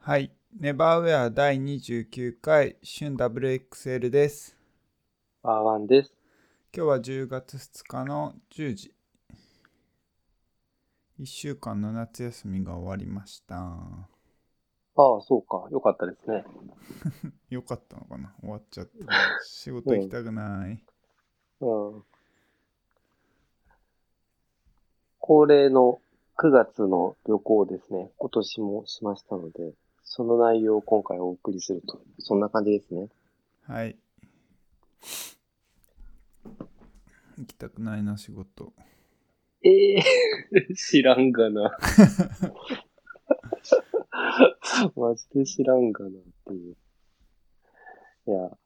はい。ネバーウェア第29回、旬 WXL です。バーワンです。今日は10月2日の10時。1週間の夏休みが終わりました。ああ、そうか。よかったですね。よかったのかな終わっちゃった。仕事行きたくない。うん。恒例の9月の旅行をですね。今年もしましたので、その内容を今回お送りすると。そんな感じですね。はい。行きたくないな、仕事。ええ 知らんがな。 マジで知らんがなっていう。いや、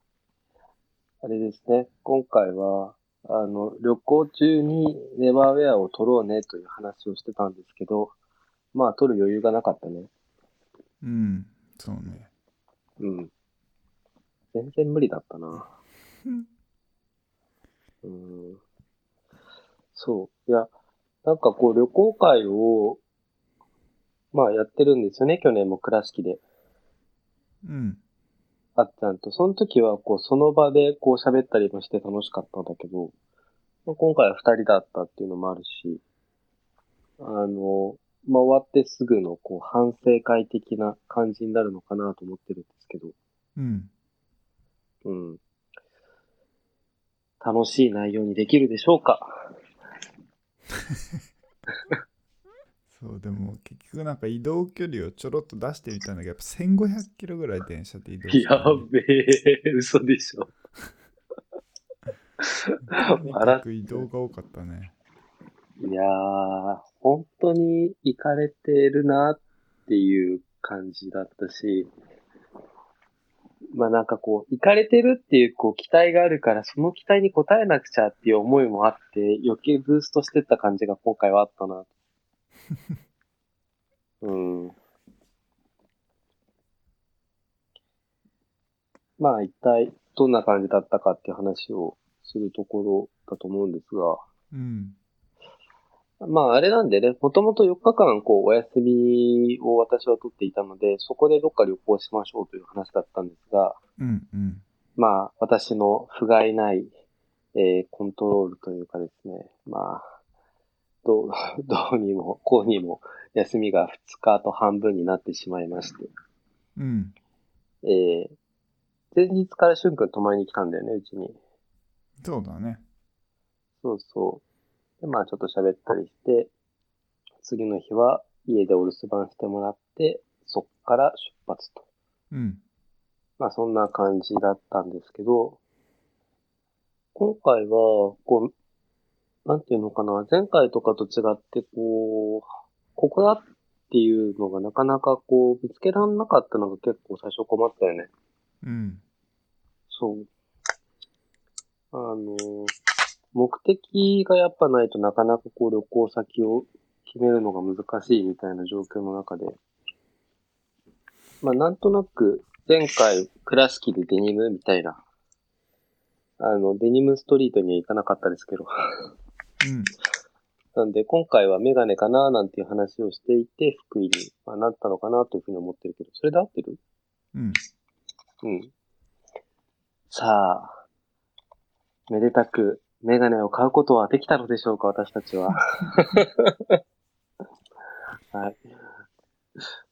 あれですね。今回は、あの、旅行中にネバーウェアを取ろうねという話をしてたんですけど、まあ、取る余裕がなかったね。うん、そうね。うん。全然無理だったな。うんうんそう。いや、なんかこう旅行会を、まあやってるんですよね、去年も倉敷で。うん、あっちゃんと。その時はこうその場でこう喋ったりもして楽しかったんだけど、まあ今回は二人だったっていうのもあるし、あの、まあ終わってすぐのこう反省会的な感じになるのかなと思ってるんですけど、うん。うん。楽しい内容にできるでしょうかそう、でも結局なんか移動距離をちょろっと出してみたんだけど、やっぱ1500キロぐらい電車で移動してやべえ、嘘でしょ。とにかく移動が多かったね。いやー、本当に行かれてるなっていう感じだったし、まあなんかこう、行かれてるっていうこう期待があるから、その期待に応えなくちゃっていう思いもあって、余計ブーストしてった感じが今回はあったな。うん。まあ一体どんな感じだったかっていう話をするところだと思うんですが、うん。まあ、あれなんでね、もともと4日間、こう、お休みを私は取っていたので、そこでどっか旅行しましょうという話だったんですが、うんうん。まあ、私の不甲斐ない、えーコントロールというかですね、まあ、どう、 どうにも、こうにも、休みが2日と半分になってしまいまして、うん。えー前日からしゅんくん泊まりに来たんだよね、うちに。そうだね。そうそう。で、まあちょっと喋ったりして、次の日は家でお留守番してもらって、そっから出発と。うん。まあそんな感じだったんですけど、今回は、こう、なんていうのかな、前回とかと違って、こう、ここだっていうのがなかなかこう、見つけられなかったのが結構最初困ったよね。うん。そう。あの、目的がやっぱないとなかなかこう旅行先を決めるのが難しいみたいな状況の中で、まあなんとなく前回倉敷でデニムみたいな、あのデニムストリートには行かなかったですけど、うん。なんで今回はメガネかななんていう話をしていて福井に、まあ、なったのかなというふうに思ってるけど、それで合ってるうん。うん。さあ、めでたくメガネを買うことはできたのでしょうか、私たち は。はい。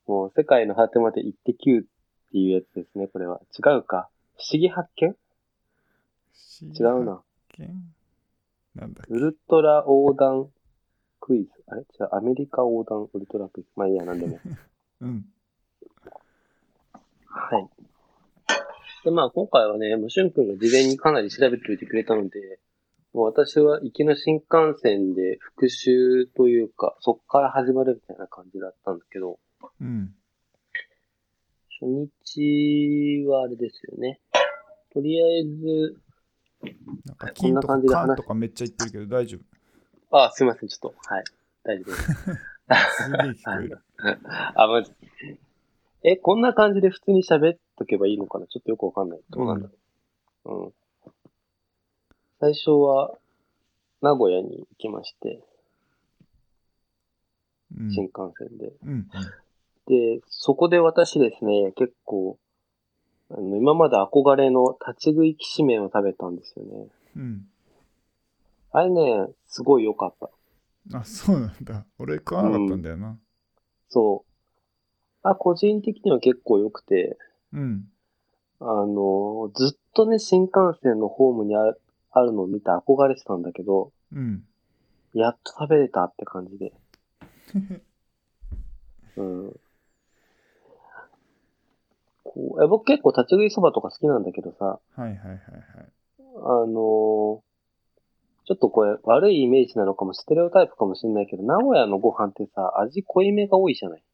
もう、世界の果てまで行ってきゅうっていうやつですね、これは。違うか。不思議発見違う。な。なんだっウルトラ横断クイズ。あれ違う、アメリカ横断ウルトラクイズ。まあいいや、なんでも。けうん。はい。で、まあ今回はね、もうしゅんくんが事前にかなり調べておいてくれたので、もう私は行きの新幹線で復習というか、そっから始まるみたいな感じだったんだけど、うん。初日はあれですよね。とりあえず、なんかこん金なとか感じで話缶とかめっちゃ言ってるけど大丈夫。あ、すいません、ちょっと、はい、大丈夫です。すげえ聞こえ る。あ、まず。え、こんな感じで普通に喋っとけばいいのかなちょっとよくわかんない。どうなんだろう。うん。最初は、名古屋に行きまして、うん。新幹線で。うん。で、そこで私ですね、結構、あの、今まで憧れの立ち食いきしめんを食べたんですよね。うん。あれね、すごい良かった。あ、そうなんだ。俺食わなかったんだよな。そう。あ、個人的には結構良くて、うん。あの、ずっとね、新幹線のホームにああるのを見て憧れてたんだけど、うん。やっと食べれたって感じで。うん。こうえ僕結構立ち食いそばとか好きなんだけどさ、はいはいはいはい。あのーちょっとこれ悪いイメージなのかも、ステレオタイプかもしれないけど、名古屋のご飯ってさ、味濃いめが多いじゃない。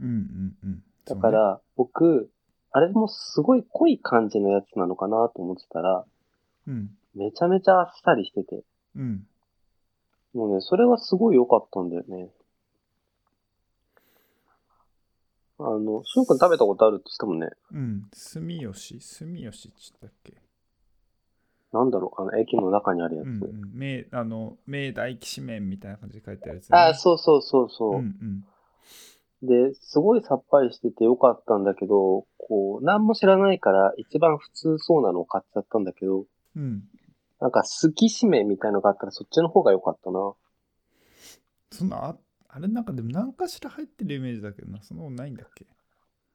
うんうんうん。そだうねから、僕、あれもすごい濃い感じのやつなのかなと思ってたら、うん。めちゃめちゃあっさりしてて。うん。もうね、それはすごい良かったんだよね。あの、しゅんくん食べたことあるってしたもんね。うん。住吉住吉っつったっけなんだろう、あの、駅の中にあるやうつ。んうん。名、あの、名大騎士麺みたいな感じで書いてあるやつ、ああ、そうそうそうそう。んうん。で、すごいさっぱりしてて良かったんだけど、こう、何も知らないから一番普通そうなのを買っちゃったんだけど、うん。なんか好きしめみたいのがあったらそっちの方が良かったな。そんなあ、あれなんかでも何かしら入ってるイメージだけどな、そんなことないんだ っけ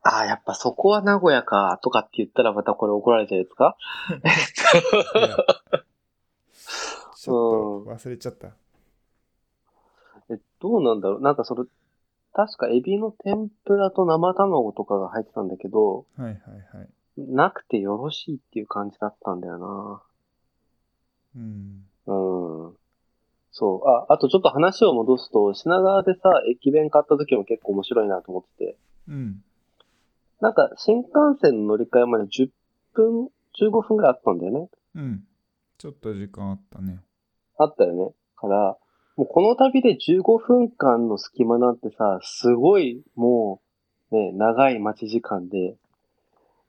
ああ、やっぱそこは名古屋か、とかって言ったらまたこれ怒られちゃうやつかいやちょっと忘れちゃった。え、どうなんだろうなんかそれ、確かエビの天ぷらと生卵とかが入ってたんだけど、はいはいはい。なくてよろしいっていう感じだったんだようん。な。うん。そう。あ、あとちょっと話を戻すと、品川でさ、駅弁買った時も結構面白いなと思ってて、うん。なんか新幹線の乗り換えまで10分、15分ぐらいあったんだよね。うん。ちょっと時間あったね。あったよね。から、もうこの旅で15分間の隙間なんてさ、すごいもう、ね、長い待ち時間で、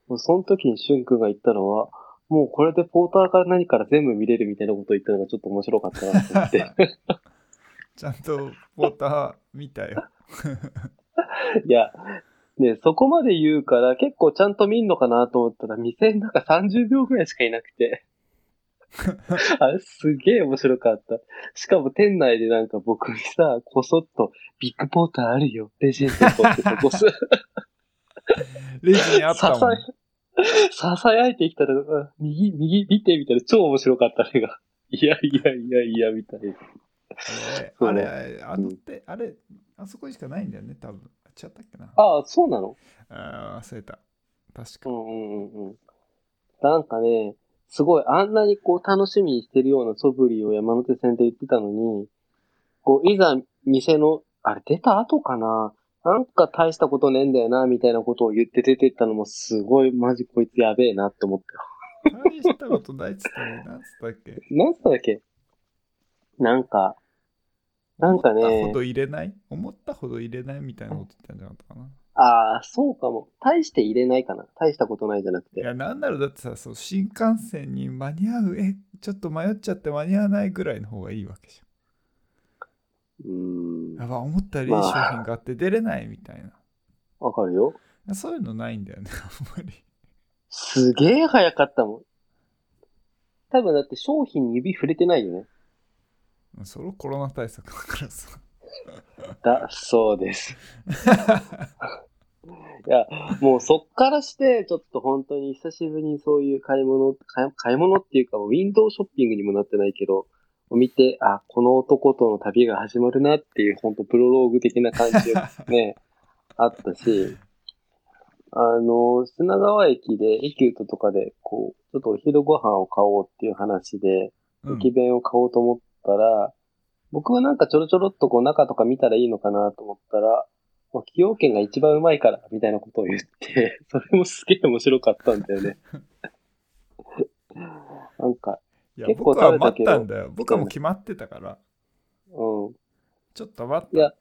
もうその時にしゅんくんが言ったのは、もうこれでポーターから何から全部見れるみたいなことを言ったのがちょっと面白かったなと思って。ちゃんとポーター見たよ。いや、ね、そこまで言うから結構ちゃんと見んのかなと思ったら、店の中30秒ぐらいしかいなくて。あれすげえ面白かった。しかも店内でなんか僕にさ、こそっと、ビッグポーターあるよ、レジェンドとってさ、こそ、レジにあったさも さん。やいてきたら、うん右、右、見て、みたいな、超面白かった、あれが。いやいやいやいや、みたいな。そうあれ、あれ、あのって、あれ、あそこにしかないんだよね、多分。あ違ったっけな。ああ、そうなのああ、忘れた。確うか。んうんうんうん。なんかね、すごい、あんなにこう楽しみにしてるような素振りを山手線で言ってたのに、こう、いざ店の、あれ出た後かななんか大したことねえんだよな、みたいなことを言って出てったのもすごい、マジこいつやべえなって思ったよ。大したことないっつったね。なんつったっけなんつったっけなんか、 なんかね思ったほど入れない思ったほど入れないみたいなこと言ったんじゃなかったかな。ああ、そうかも。大して入れないかな。大したことないじゃなくいて。や、なんだろう、だってさ、そう新幹線に間に合う、え、ちょっと迷っちゃって間に合わないぐらいの方がいいわけじうーゃん。んや。ば、思ったよりいい商品があって出れないみたいわかるよ。な。そういうのないんだよね、あんまり。すげえ早かったもん。多分だって商品に指触れてないよね。それコロナ対策だからさ。だ、そうです。いや、もうそっからして、ちょっと本当に久しぶりにそういう買い物、買い買い物っていうか、ウィンドウショッピングにもなってないけど、見て、あ、この男との旅が始まるなっていう、本当プロローグ的な感じがね、あったし、あの、品川駅で、エキュートとかで、こう、ちょっとお昼ご飯を買おうっていう話で、 うん駅弁を買おうと思ったら、僕はなんかちょろちょろっとこう中とか見たらいいのかなと思ったら、まあ、崎陽軒が一番うまいから、みたいなことを言って、 それもすげえ面白かったんだ よね。なんか、いや、結構僕は食べた待けっどたんだよ。僕はもう決まってたから。うん。ちょっと待っいやた。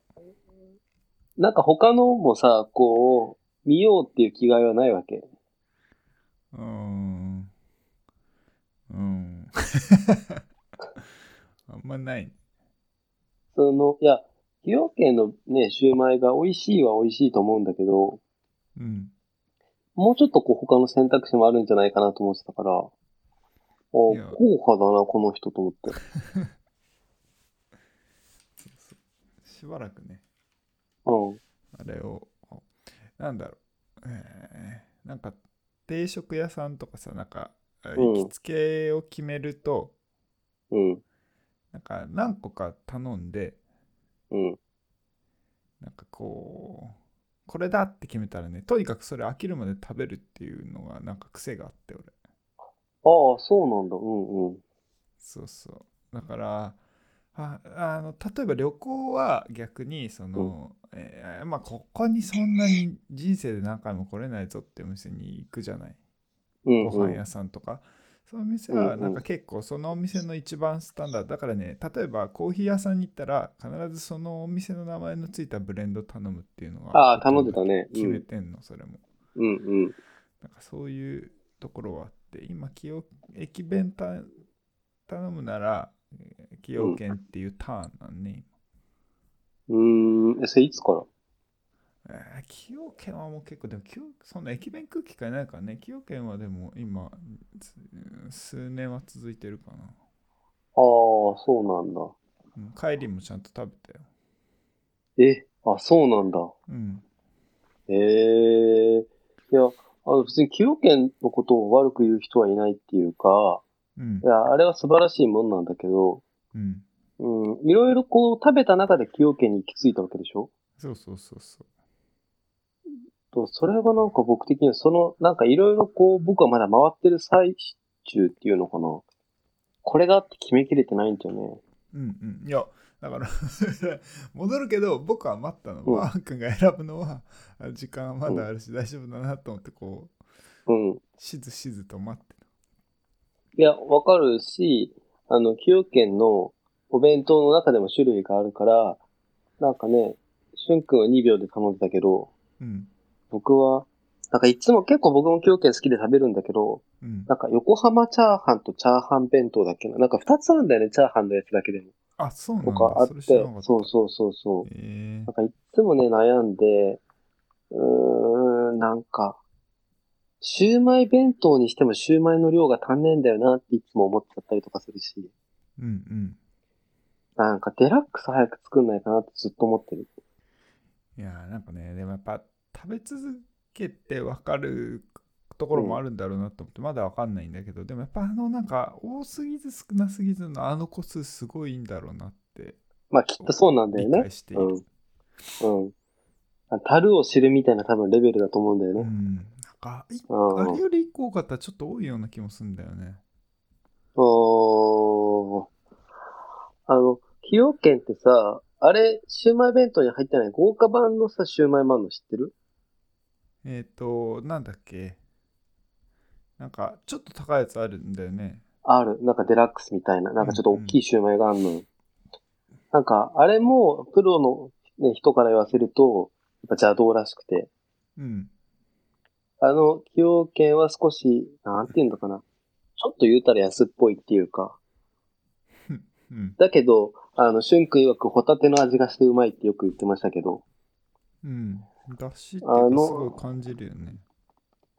なんか他のもさ、こう、見ようっていう気概はないわけ。うーん。うん。 あんまない。その、いや、崎陽軒のね、シューマイが美味しいは美味しいと思うんだけど、うん。もうちょっとこう他の選択肢もあるんじゃないかなと思ってたから、あ、いや硬派だな、この人と思って。そうそうしばらくね、うん。あれを、なんだろう、えーなんか定食屋さんとかさ、なんかん行きつけを決めると、うん。なんか何個か頼んで、うん。なんかこう、これだって決めたらね、とにかくそれ飽きるまで食べるっていうのがなんか癖があって、俺。ああ、そうなんだ。うんうん。そうそう。だから、ああの例えば旅行は逆にその、えーまあここにそんなに人生で何回も来れないぞってお店に行くじゃないうん、ごうん。飯屋さんとか、そのお店うんはうんなんか結構そのお店の一番スタンダードだからね例えばコーヒー屋さんに行ったら必ずそのお店の名前のついたブレンド頼むっていうのがああ、頼んでたね。う決めん。てんのそれもうんうん。なんかそういうところはあって今清駅弁た頼むならえー崎陽軒っていうターンなんね、うーん。え、それいつから今えー崎陽軒はもう結構でも崎陽そんな駅弁空気がないからね崎陽軒はでも今つ数年は続いてるかな、ああ、そうなんだ。うん帰りもちゃんと食べたよえ、あ、そうなんだ。うんええいや、あの、別に崎陽軒のことを悪く言う人はいないっていうか、うんいや、あれは素晴らしいもんなんだけど、うんうん、いろいろこう食べた中で崎陽軒に行き着いたわけでしょそうそうそうそうと、それがなんか僕的には、その、なんかいろいろこう、僕はまだ回ってる最中っていうのかな。これがって決めきれてないんだよね。うんうんいやだから 戻るけど僕は待ったのは、ワー君が選ぶのはあ時間はまだあるし大丈夫だなと思ってこううん。しずしずと待ってたいや、わかるし、あの、崎陽軒のお弁当の中でも種類があるから、なんかね、しゅんくんは2秒で頼んでたけど、うん僕は、なんかいつも結構僕も崎陽軒好きで食べるんだけど、うんなんか横浜チャーハンとチャーハン弁当だっけな。なんか2つあるんだよね、チャーハンのやつだけでも。あそうなんとだかあっそて、れ知らなかったそうそうそうそう。えなんかいつもね、悩んで、うーん、なんか、シューマイ弁当にしてもシューマイの量が足んねえんだよなっていつも思っちゃったりとかするし、ー、うんうんなんかデラックス早く作んないかなってずっと思ってる。いやーなんかねでもやっぱ食べ続けて分かるところもあるんだろうなと思って、まだ分かんないんだけどでもやっぱあのなんか多すぎず少なすぎずのあの個数すごいいいんだろうなってまあきっとそうなんだよ理ね解。している、うん。うん。あ樽を知るみたいな多分レベルだと思うんだようね。ん、なんかいうん。あれより一個多かったらちょっと多いような気もするんだよね。おーあの、崎陽軒ってさ、あれ、シューマイ弁当に入ってない豪華版のさ、シューマイマンの知ってるえっ、と、なんだっけ。なんか、ちょっと高いやつあるんだよね。ある。なんかデラックスみたいな。なんかちょっと大きいシューマイがあんのよ。なんか、あれも、プロの、ね、人から言わせると、やっぱ邪道らしくて。うん。あの、崎陽軒は少し、なんていうのかな。ちょっと言うたら安っぽいっていうか。うん。だけど、あの、俊君曰くホタテの味がしてうまいってよく言ってましたけど。うん。だしっていうあかすのごい感じるよね。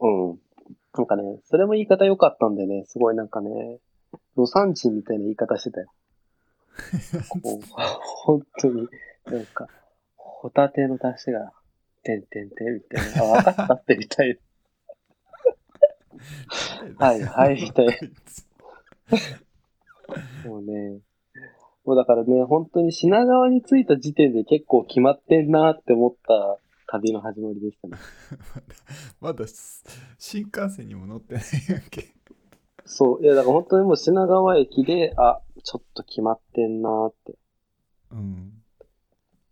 うん。なんかね、それも言い方良かったんでね、すごいなんかね、ロサン人みたいな言い方してたよ。こう本当に、なんか、ホタテの出汁が、てんてんてんみたいな、あ、分かったってみたいはいは いみたいなな。もうね、もうだからね、本当に品川に着いた時点で結構決まってんなって思った旅の始まりでしたね。まだ新幹線にも乗ってないやんけ。そう、いやだから本当にもう品川駅で、あ、ちょっと決まってんなってうん。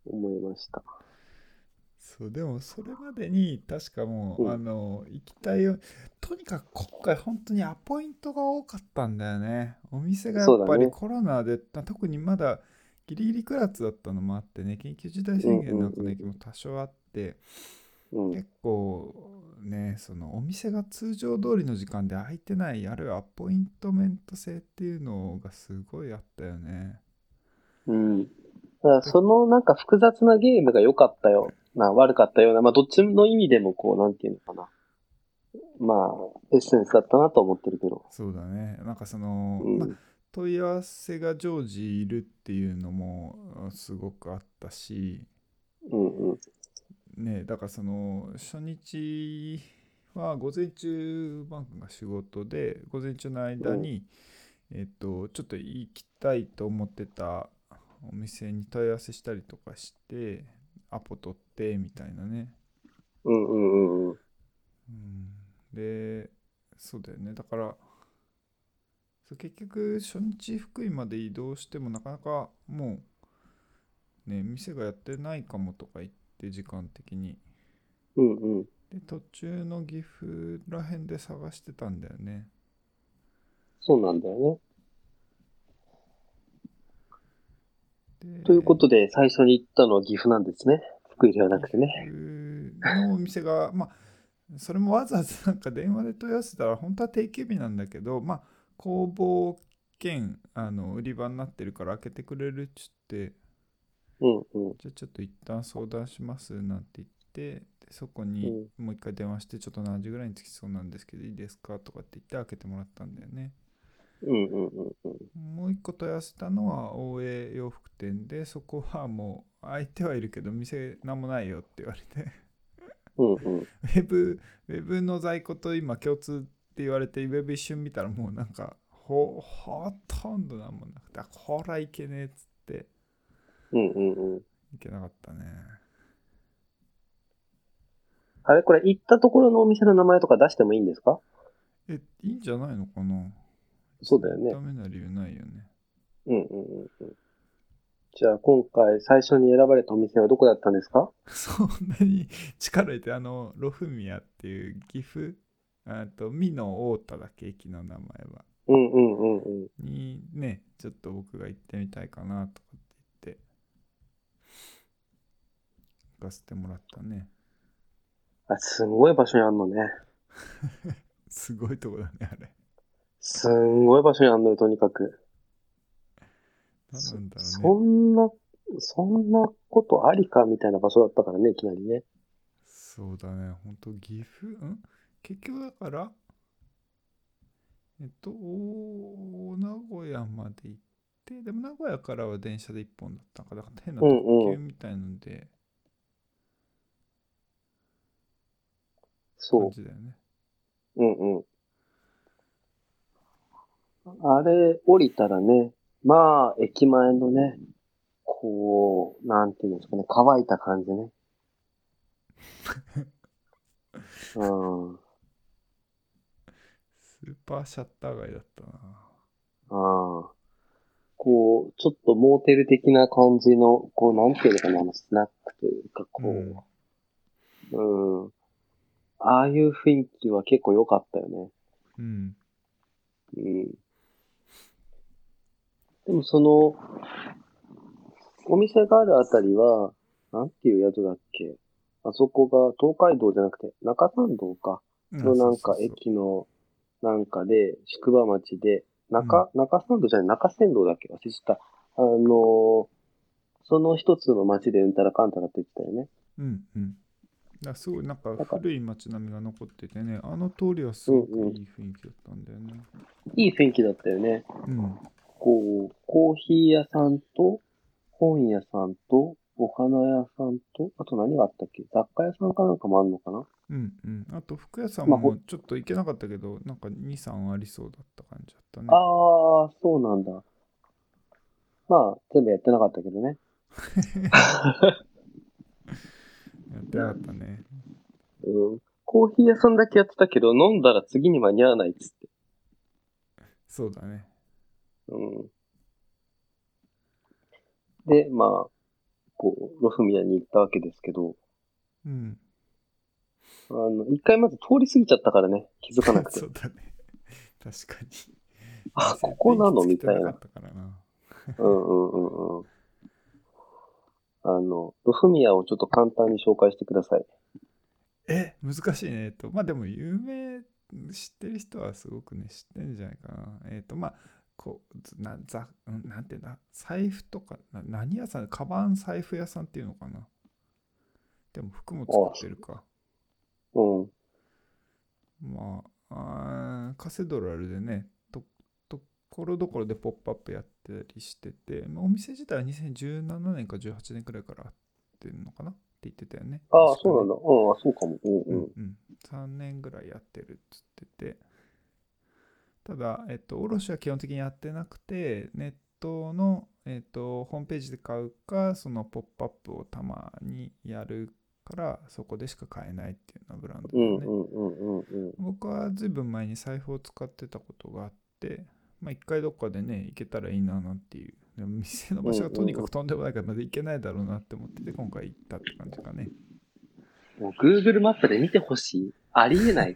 思いました。そうでもそれまでに確かもう、うんあの行きたいよとにかく今回本当にアポイントが多かったんだよねお店がやそうっだぱねりコロナで、た特にまだギリギリクラスだったのもあってね緊急事態宣言なんかの影響も多少あって、うん。結構ねそのお店が通常通りの時間で開いてないあるいはアポイントメント制っていうのがすごいあったよねうん。だからそのなんか複雑なゲームが良かったような、悪かったような、まあどっちの意味でもこう、なんていうのかな。まあ、エッセンスだったなと思ってるけど。そうだね。なんかその、うんまあ問い合わせが常時いるっていうのもあすごくあったし、うんうん。ね、だからその初日は午前中バンクが仕事で午前中の間に、えっと、ちょっと行きたいと思ってたお店に問い合わせしたりとかしてアポ取ってみたいなね、うんうんうんうん。うん、でそうだよねだからそう結局初日福井まで移動してもなかなかもうね店がやってないかもとか言って時間的に。うんうん。で途中の岐阜らへんで探してたんだよねそうなんだよでね。ということで、最初に行ったのは岐阜なんですね。福井ではなくてね。岐阜のお店が まあそれもわざわざなんか電話で問い合わせたら本当は定休日なんだけどまあ工房兼あの売り場になってるから開けてくれるっつってうんうん。じゃあちょっと一旦相談しますなんて言ってでそこにもう一回電話してちょっと何時ぐらいに着きそうなんですけどいいですかとかって言って開けてもらったんだよねうんうんうんうん。もう一個問い合わせたのは大江洋服店でそこはもう開いてはいるけど店なんもないよって言われて うんうん。ウェブウェブの在庫と今共通って言われてウェブ一瞬見たらもうなんかほほとんどなんもなくてあこらいけねえっつってうんうんうん。いけなかったねあれこれ行ったところのお店の名前とか出してもいいんですかえいいんじゃないのかなそうだよねダ。メな理由ないよね うんうんうんうん。じゃあ今回最初に選ばれたお店はどこだったんですかそんなに力入れてあのロフミヤっていう岐阜あと美濃太田だっけ駅の名前はうんうんうんうん。にねちょっと僕が行ってみたいかなとかって言って行かせてもらったねあ、すんごい場所にあんのね。すごいとこだねあれすんごい場所にあんのよ、とにかく。何なんだろそうねんな、そんなことありかみたいな場所だったからね、いきなりね。そうだねほんと岐阜ん結局だからえっとお名古屋まで行ってでも名古屋からは電車で1本だったからだから変なうんうん特急みたいのでそ感う。じだよねうんうん。あれ、降りたらね、まあ、駅前のね、こう、なんていうんですかね、乾いた感 じね。うん。スーパーシャッター街だったなああ。こう、ちょっとモーテル的な感じの、こう、なんていうのかな、あのスナックというか、こう、うん。ああいう雰囲気は結構良かったよね。うんうん。でもその、お店があるあたりは、なんていう宿だっけあそこが東海道じゃなくて中山道か。のなんか駅のなんかで、宿場町で、中、中山道じゃない、中山道だっけ忘れちゃった。あのーその一つの町でうんたらかんたらって言ってたよね。うんうん。だすごいなんかなんか古い街並みが残っててね、あの通りはすごうんうくんいい雰囲気だったんだよね。いい雰囲気だったよね。うん。こう、コーヒー屋さんと、本屋さんと、お花屋さんと、あと何があったっけ雑貨屋さんかなんかもあんのかなうんうん。あと服屋さんまあもちょっと行けなかったけど、なんか2、3ありそうだった感じだったね。ああ、そうなんだ。まあ、全部やってなかったけどね。やってなかったね。うん。コーヒー屋さんだけやってたけど、飲んだら次に間に合わないっつって。そうだね。うん。で、まあ、こう、ロフミヤに行ったわけですけど、 うん。あの、一回まず通り過ぎちゃったからね、気づかなくてそ。うだね。確かに。 あ、ここなの全み然たい行なき。つけてかったからな。うんうんうんうん。あの、ロフミヤをちょっと簡単に紹介してください。え、難しいね。えっと、まあでも有名、知ってる人はすごくね、知ってんじゃないかな。えっと、まあ、こうなざうんなんていうんだ財布とかな何屋さんカバン財布屋さんっていうのかなでも服も作ってるかうん。まああーカセドラルでねとところどころで「ポップアップやったりしてて、まあ、お店自体は2017年か18年くらいからあってんのかなって言ってたよねああ、確かそねうなんだ。うん、あそうかも。ううんんうん。うん、3年ぐらいやってるっつっててただ、えっと、卸は基本的にやってなくてネットの、えっと、ホームページで買うかそのポップアップをたまにやるからそこでしか買えないっていうようなブランドうだんようね、んうんうんうん。僕はずいぶん前に財布を使ってたことがあってまあ一回どっかでね行けたらいいななんていうでも店の場所がとにかくとんでもないからまだ行けないだろうなって思ってて今回行ったって感じかねもう Google マップで見てほしい。ありえ ない。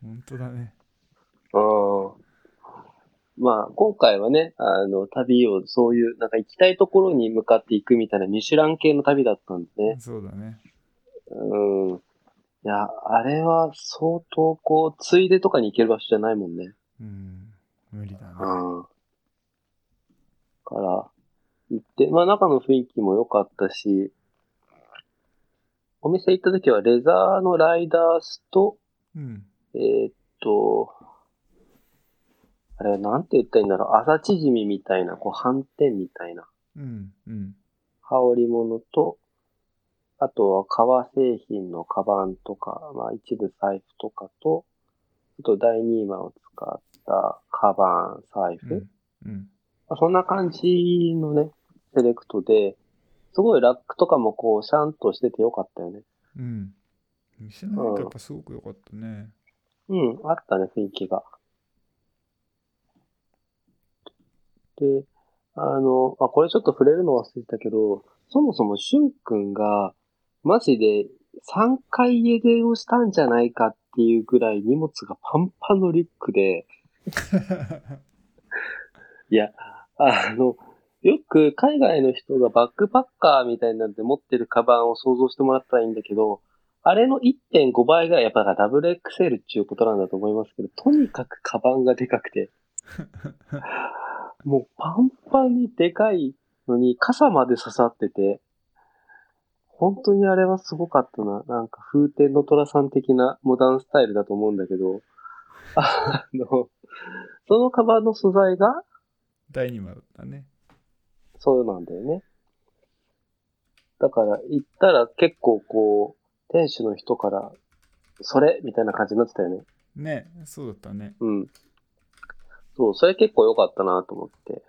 本当だねうん。まあ、今回はね、あの、旅を、そういう、なんか行きたいところに向かっていくみたいな、ミシュラン系の旅だったんですね。そうだねうん。いや、あれは相当、こう、ついでとかに行ける場所じゃないもんね。うん、無理だね。うん。から、行って、まあ中の雰囲気も良かったし、お店行った時はレザーのライダースと、うん。えーっと、あれはなんて言ったらいいんだろう、朝縮みみたいな、こう斑点みたいな、うん。うん。羽織物と、あとは革製品のカバンとか、まあ一部財布とかと、あと第2マを使ったカバン、財布、うん。うん。まあそんな感じのね、セレクトで、すごいラックとかもこう、シャンとしててよかったよね。うん。店の雰囲気やっぱすごく良かったね。うん、あったね、雰囲気が。で、あの、あ、これちょっと触れるの忘れてたけど、そもそもしゅんくんが、マジで3回家出をしたんじゃないかっていうぐらい荷物がパンパンのリュックで、いや、あの、よく海外の人がバックパッカーみたいなんで持ってるカバンを想像してもらったらいいんだけど、あれの1.5倍ぐらい、やっぱダブル XL っていうことなんだと思いますけど、とにかくカバンがでかくて、もうパンパンにでかいのに傘まで刺さってて、本当にあれはすごかったな。なんか風天の虎さん的なモダンスタイルだと思うんだけど、あの、そのカバンの素材が、第2話だったね。そうなんだよね。だから、行ったら結構こう、店主の人から、それみたいな感じになってたよね。ね、そうだったね。うん。そう、それ結構良かったなと思って。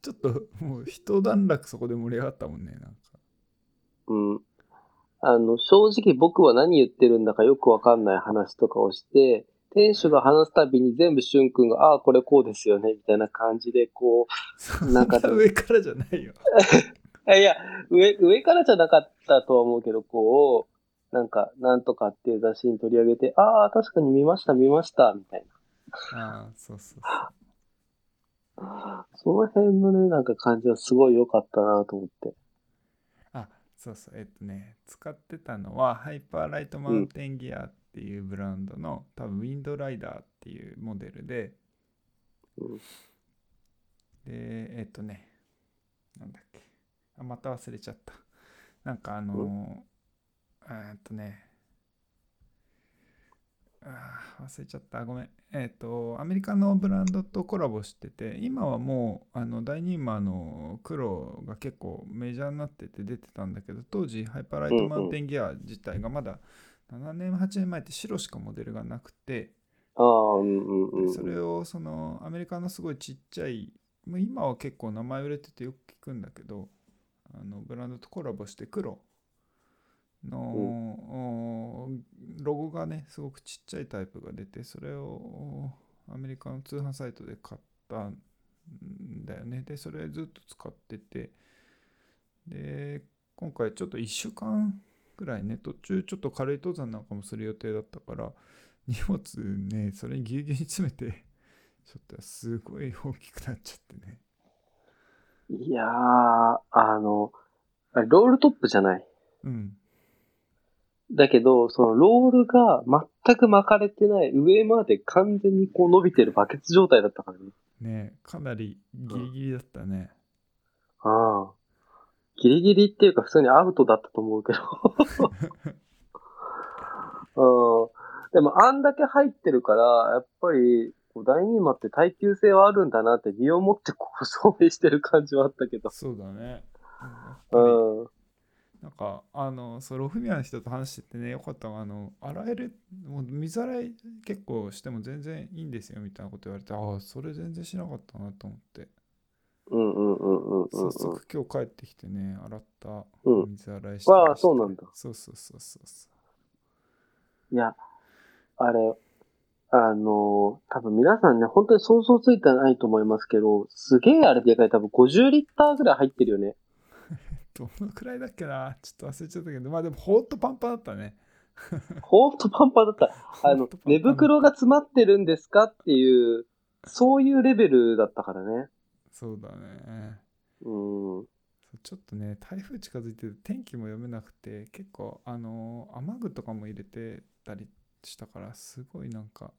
ちょっともう一段落そこで盛り上がったもんね、なんか。うん。あの、正直僕は何言ってるんだかよくわかんない話とかをして、店主が話すたびに全部俊くんが、ああー、これこうですよね、みたいな感じで、こう、そんななんか上からじゃないよ。いや、上、上からじゃなかったとは思うけど、こう、なんか、なんとかっていう雑誌に取り上げて、ああ、確かに見ました、見ました、みたいああ、そうそうな。その辺のね、なんか感じはすごい良かったなと思って。あ、そうそう。えっとね、使ってたのはハイパーライトマウンテンギアっていうブランドの、多分ウィンドライダーっていうモデルで、うんで、えっとね、なんだっけ。あ、また忘れちゃった。なんかあのー、えっとね、あー忘れちゃった。ごめん。えっ、と、アメリカのブランドとコラボしてて、今はもう、あの、ダイニーマーの黒が結構メジャーになってて出てたんだけど、当時、ハイパーライトマウンテンギア自体がまだ7年、8年前って白しかモデルがなくて、ああ、うんうんうん。それをそのアメリカのすごいちっちゃいまあ今は結構名前売れててよく聞くんだけどあのブランドとコラボして黒の、おロゴがねすごくちっちゃいタイプが出てそれをアメリカの通販サイトで買ったんだよねでそれずっと使っててで今回ちょっと1週間ぐらいね途中ちょっと軽い登山なんかもする予定だったから荷物ねそれにぎゅうぎゅうに詰めてちょっとすごい大きくなっちゃってねいやー、あの、あれロールトップじゃない。うんだけど、そのロールが全く巻かれてない、上まで完全にこう伸びてるバケツ状態だったからね。ねかなりギリギリだったね。ああ。ギリギリっていうか普通にアウトだったと思うけど。 うん。でもあんだけ入ってるから、やっぱり、こう第二馬って耐久性はあるんだなって身をもってこう証明してる感じはあったけど。そうだね。やっぱりうん。なんかあのそうロフミアの人と話しててねよかったのがあの洗えるもう水洗い結構しても全然いいんですよみたいなこと言われてああそれ全然しなかったなと思ってうんうんうんうんうんうん。早速今日帰ってきてね洗ったうん水洗いしてわあましたそうなんだそうそうそうそうそいや、あれ、あのー多分皆さんね、本当に想像ついてないと思いますけど、すげえあれでかい、多分50リッターぐらい入ってるよね。うどのくらいだっけなちょっと忘れちゃったけどまあでもほんとパンパンだったねほんとパンパンだった。あほのんと、パンパン寝袋が詰まってるんですかっていう、そういうレベルだったからね。そうだねうん。そうちょっとね台風近づいてて天気も読めなくて結構あのー雨具とかも入れてたりしたからすごいなんか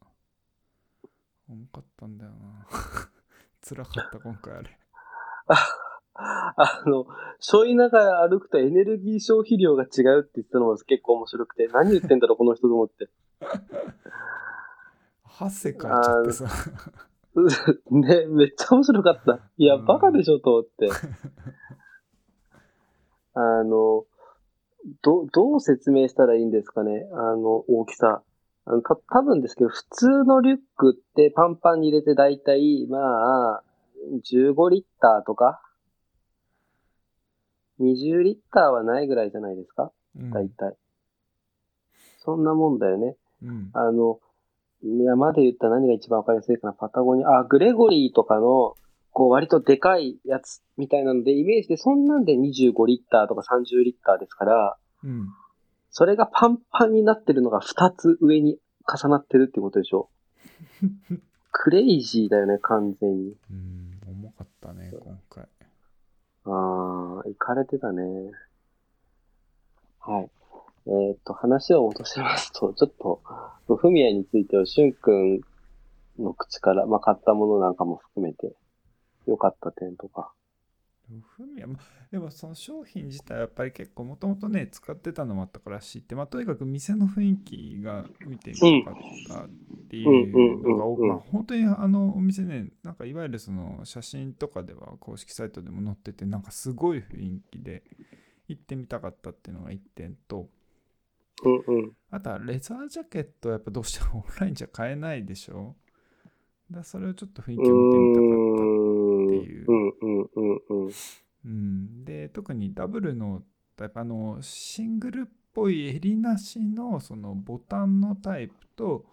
重かったんだよな 辛かった今回あれあの、背負いながら歩くとエネルギー消費量が違うって言ってたのが結構面白くて、何言ってんだろう、この人と思って。汗かいちゃってさ ね、めっちゃ面白かった。いや、うんバカでしょ、と思 って。あの、ど、どう説明したらいいんですかね、あの、大きさ。あのた多分ですけど、普通のリュックってパンパンに入れてだいたい、まあ、15リッターとか、20リッターはないぐらいじゃないですか、うんだいたい。そんなもんだよね。うんあの、山で言ったら何が一番わかりやすいかな、パタゴニア、あ、グレゴリーとかの、こう割とでかいやつみたいなので、イメージでそんなんで25リッターとか30リッターですから、うんそれがパンパンになってるのが2つ上に重なってるってことでしょ。クレイジーだよね、完全に。うん重かったね今回あー、行かれてたね。はい。えーっと、話を落としますと、 ちょっと、ロフミヤについては、しゅんくんの口から、まあ、買ったものなんかも含めて、良かった点とか。ロフミアまでもその商品自体はやっぱり結構もともとね使ってたのもあったから知って、まあ、とにかく店の雰囲気が見てみたかったっていうのが多く、うんうんまうんうんあ、本当にあのお店ねなんかいわゆるその写真とかでは公式サイトでも載っててなんかすごい雰囲気で行ってみたかったっていうのが1点とうんうん。あとはレザージャケットはやっぱどうしてもオンラインじゃ買えないでしょだからそれをちょっと雰囲気を見てみたかったうっていううんうんうんうん。うん、で特にダブルのタイプあのシングルっぽい襟なしのそのボタンのタイプと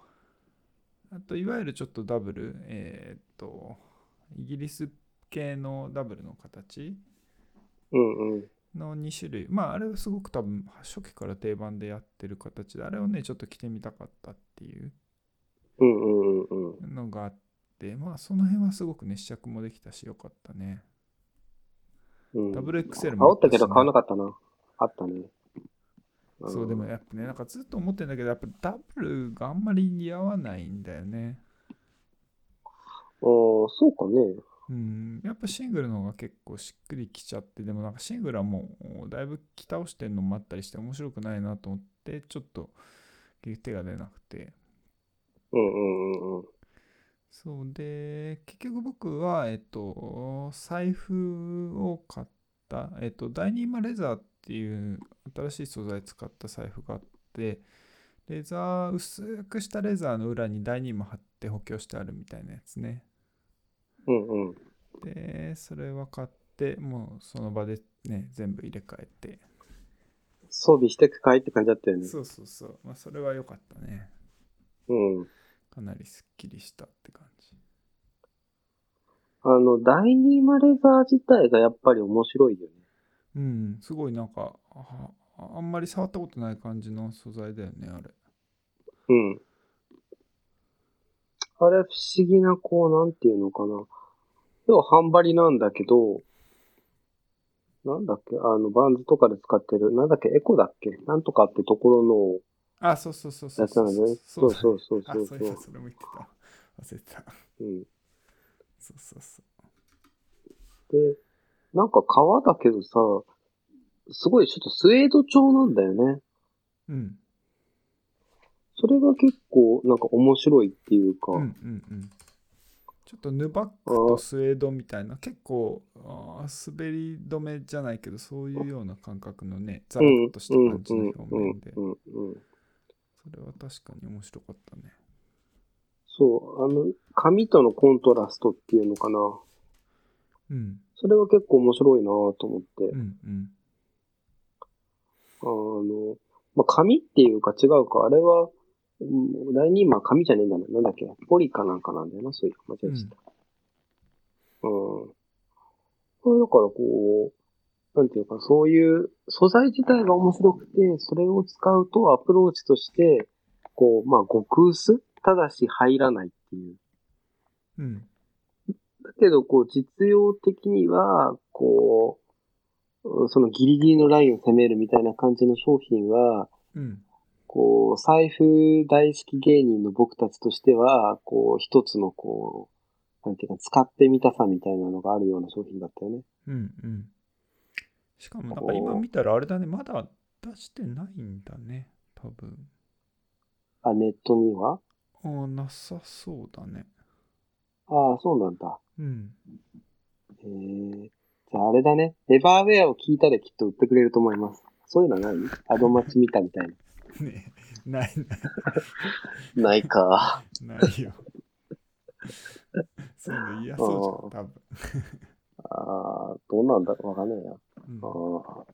あといわゆるちょっとダブルえーっとイギリス系のダブルの形うんうん。の2種類まああれはすごく多分初期から定番でやってる形であれをねちょっと着てみたかったっていううんうんうんうん。のがあってまあその辺はすごくね試着もできたしよかったねうん、ダブル XL もあ煽っったたしねけど買わなかったな。あったね。そうでもね。やっぱねなんかずっと思ってんだけどやっぱダブルがあんまり似合わないんだよねおーそうかね。うんやっぱシングルの方が結構しっくりきちゃってでもなんかシングルはもうだいぶ着倒してんのもあったりして面白くないなと思ってちょっと手が出なくてうんうんうんうん。そうで結局僕はえっと財布を買ったえっとダイニーマレザーっていう新しい素材使った財布があってレザー薄くしたレザーの裏にダイニーマ貼って補強してあるみたいなやつねうんうん。でそれは買ってもうその場でね全部入れ替えて装備してくかいって感じだったよね。そうそうそうまあそれは良かったねうん。かなりすっきりしたって感じあの、第二マレザー自体がやっぱり面白いよね。うんすごいなんかああんまり触ったことない感じの素材だよねあれうん。あれ不思議な、こう、なんていうのかな。要は半張りなんだけど、なんだっけあの、バンズとかで使ってる、なんだっけエコだっけなんとかってところあ、そうそうそうのそうやつなそうそんだよねう。そうそうそうそうあそうそそうういえばそれも言ってた忘れてたうん。そうそうそうで、なんか革だけどさ、すごいちょっとスウェード調なんだよね。うんそれが結構なんか面白いっていうか、うんうんうんちょっとヌバックとスウェードみたいな結構あー滑り止めじゃないけどそういうような感覚のねザラッとした感じの表面でうんうんうんうん。それは確かに面白かったねそう、あの、紙とのコントラストっていうのかな。うんそれは結構面白いなと思って。うんうんあの、まあ、紙っていうか違うか、あれは、うん第二まあ紙じゃねえんだな。なんだっけポリかなんかなんだよな、そういう。間違えちゃった。うん。これだからこう、なんていうか、そういう素材自体が面白くて、それを使うとアプローチとして、こう、まあ、極薄ただし入らないっていう。うんだけど、こう、実用的には、こううん、そのギリギリのラインを攻めるみたいな感じの商品は、うんこう、財布大好き芸人の僕たちとしては、こう、一つのこう、なんていうか、使ってみたさみたいなのがあるような商品だったよね。うんうんしかもなんか今見たらあれだねまだ出してないんだね多分あ、ネットにはあーなさそうだねああ、そうなんだ。うんへえ。じゃああれだね。エバーウェアを聞いたらきっと売ってくれると思います。そういうのないアドマチ見たみたいね えないないな。ないか。ないよ。 そうね、嫌そうじゃん、多分。ああ、どうなんだろうわかんないうな。んああ。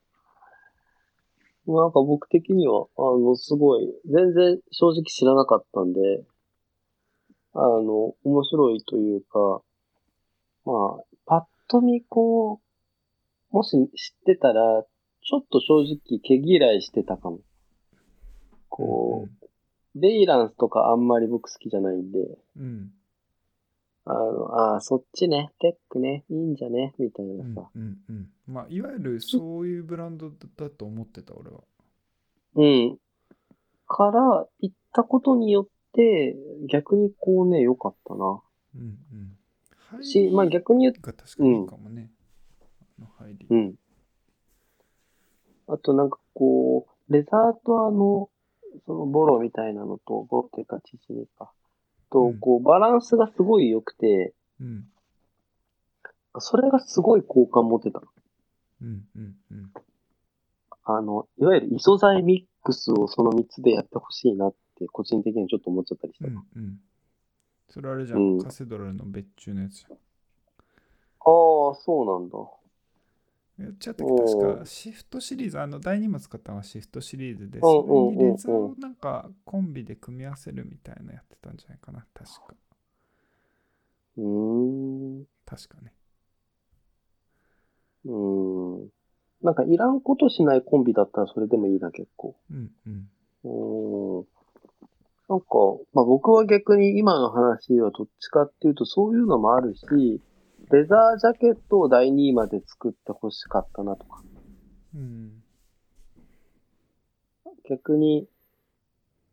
なんか僕的には、あの、すごい、全然正直知らなかったんで、あの、面白いというか、まあ、パッと見こう、もし知ってたら、ちょっと正直毛嫌いしてたかも。こう、レイランスとかあんまり僕好きじゃないんで、うん。うん。あの、ああ、そっちね、テックね、いいんじゃね、みたいうんなさ。うんうん。まあ、いわゆるそういうブランドだと思ってた、俺は。うん。から、行ったことによって、逆にこうね、良かったな。うんうん。入し、まあり逆に言う、が確かにいいかもね。あの入りう。ん。あとなんかこう、レザーとあの、そのボロみたいなのと、ボロっていうか、チチミか。うとん、こう、バランスがすごい良くて、うんそれがすごい好感持てた。うんうんうん。あの、いわゆる異素材ミックスをその3つでやってほしいなって、個人的にはちょっと思っちゃったりしうた。んうん。それあれじゃ、うんんカセドラルの別注のやつじゃん。ああ、そうなんだ。やっちゃったっけおー確かシフトシリーズあの第2も使ったのはシフトシリーズでうそんうんれにレザーうんうをなんかコンビで組み合わせるみたいなやってたんじゃないかな確かうーん。確かねうーん。なんかいらんことしないコンビだったらそれでもいいな、結構。うんうんうーん。なんか、まあ僕は逆に今の話はどっちかっていうとそういうのもあるし、レザージャケットを第2位まで作ってほしかったなとか。うん逆に、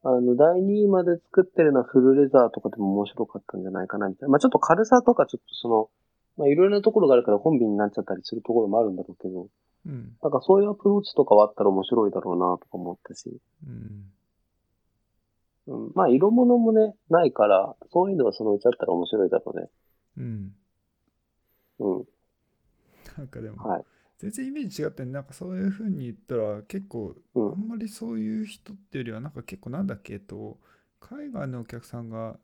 あの、第2位まで作ってるのはフルレザーとかでも面白かったんじゃないかな、みたいな。まあちょっと軽さとかちょっとその、まあいろいろなところがあるからコンビになっちゃったりするところもあるんだろうけど、うんなんかそういうアプローチとかはあったら面白いだろうなとか思ったし。うんうん、まあ、色物もね、ないから、そういうのはそのうちあったら面白いだろうね。うんうん。なんかでもはい。全然イメージ違ってなんかそういう風に言ったら結構うあん。んまりそういう人っていうよりはなんか結構なんだっけえっと海外のお客さんが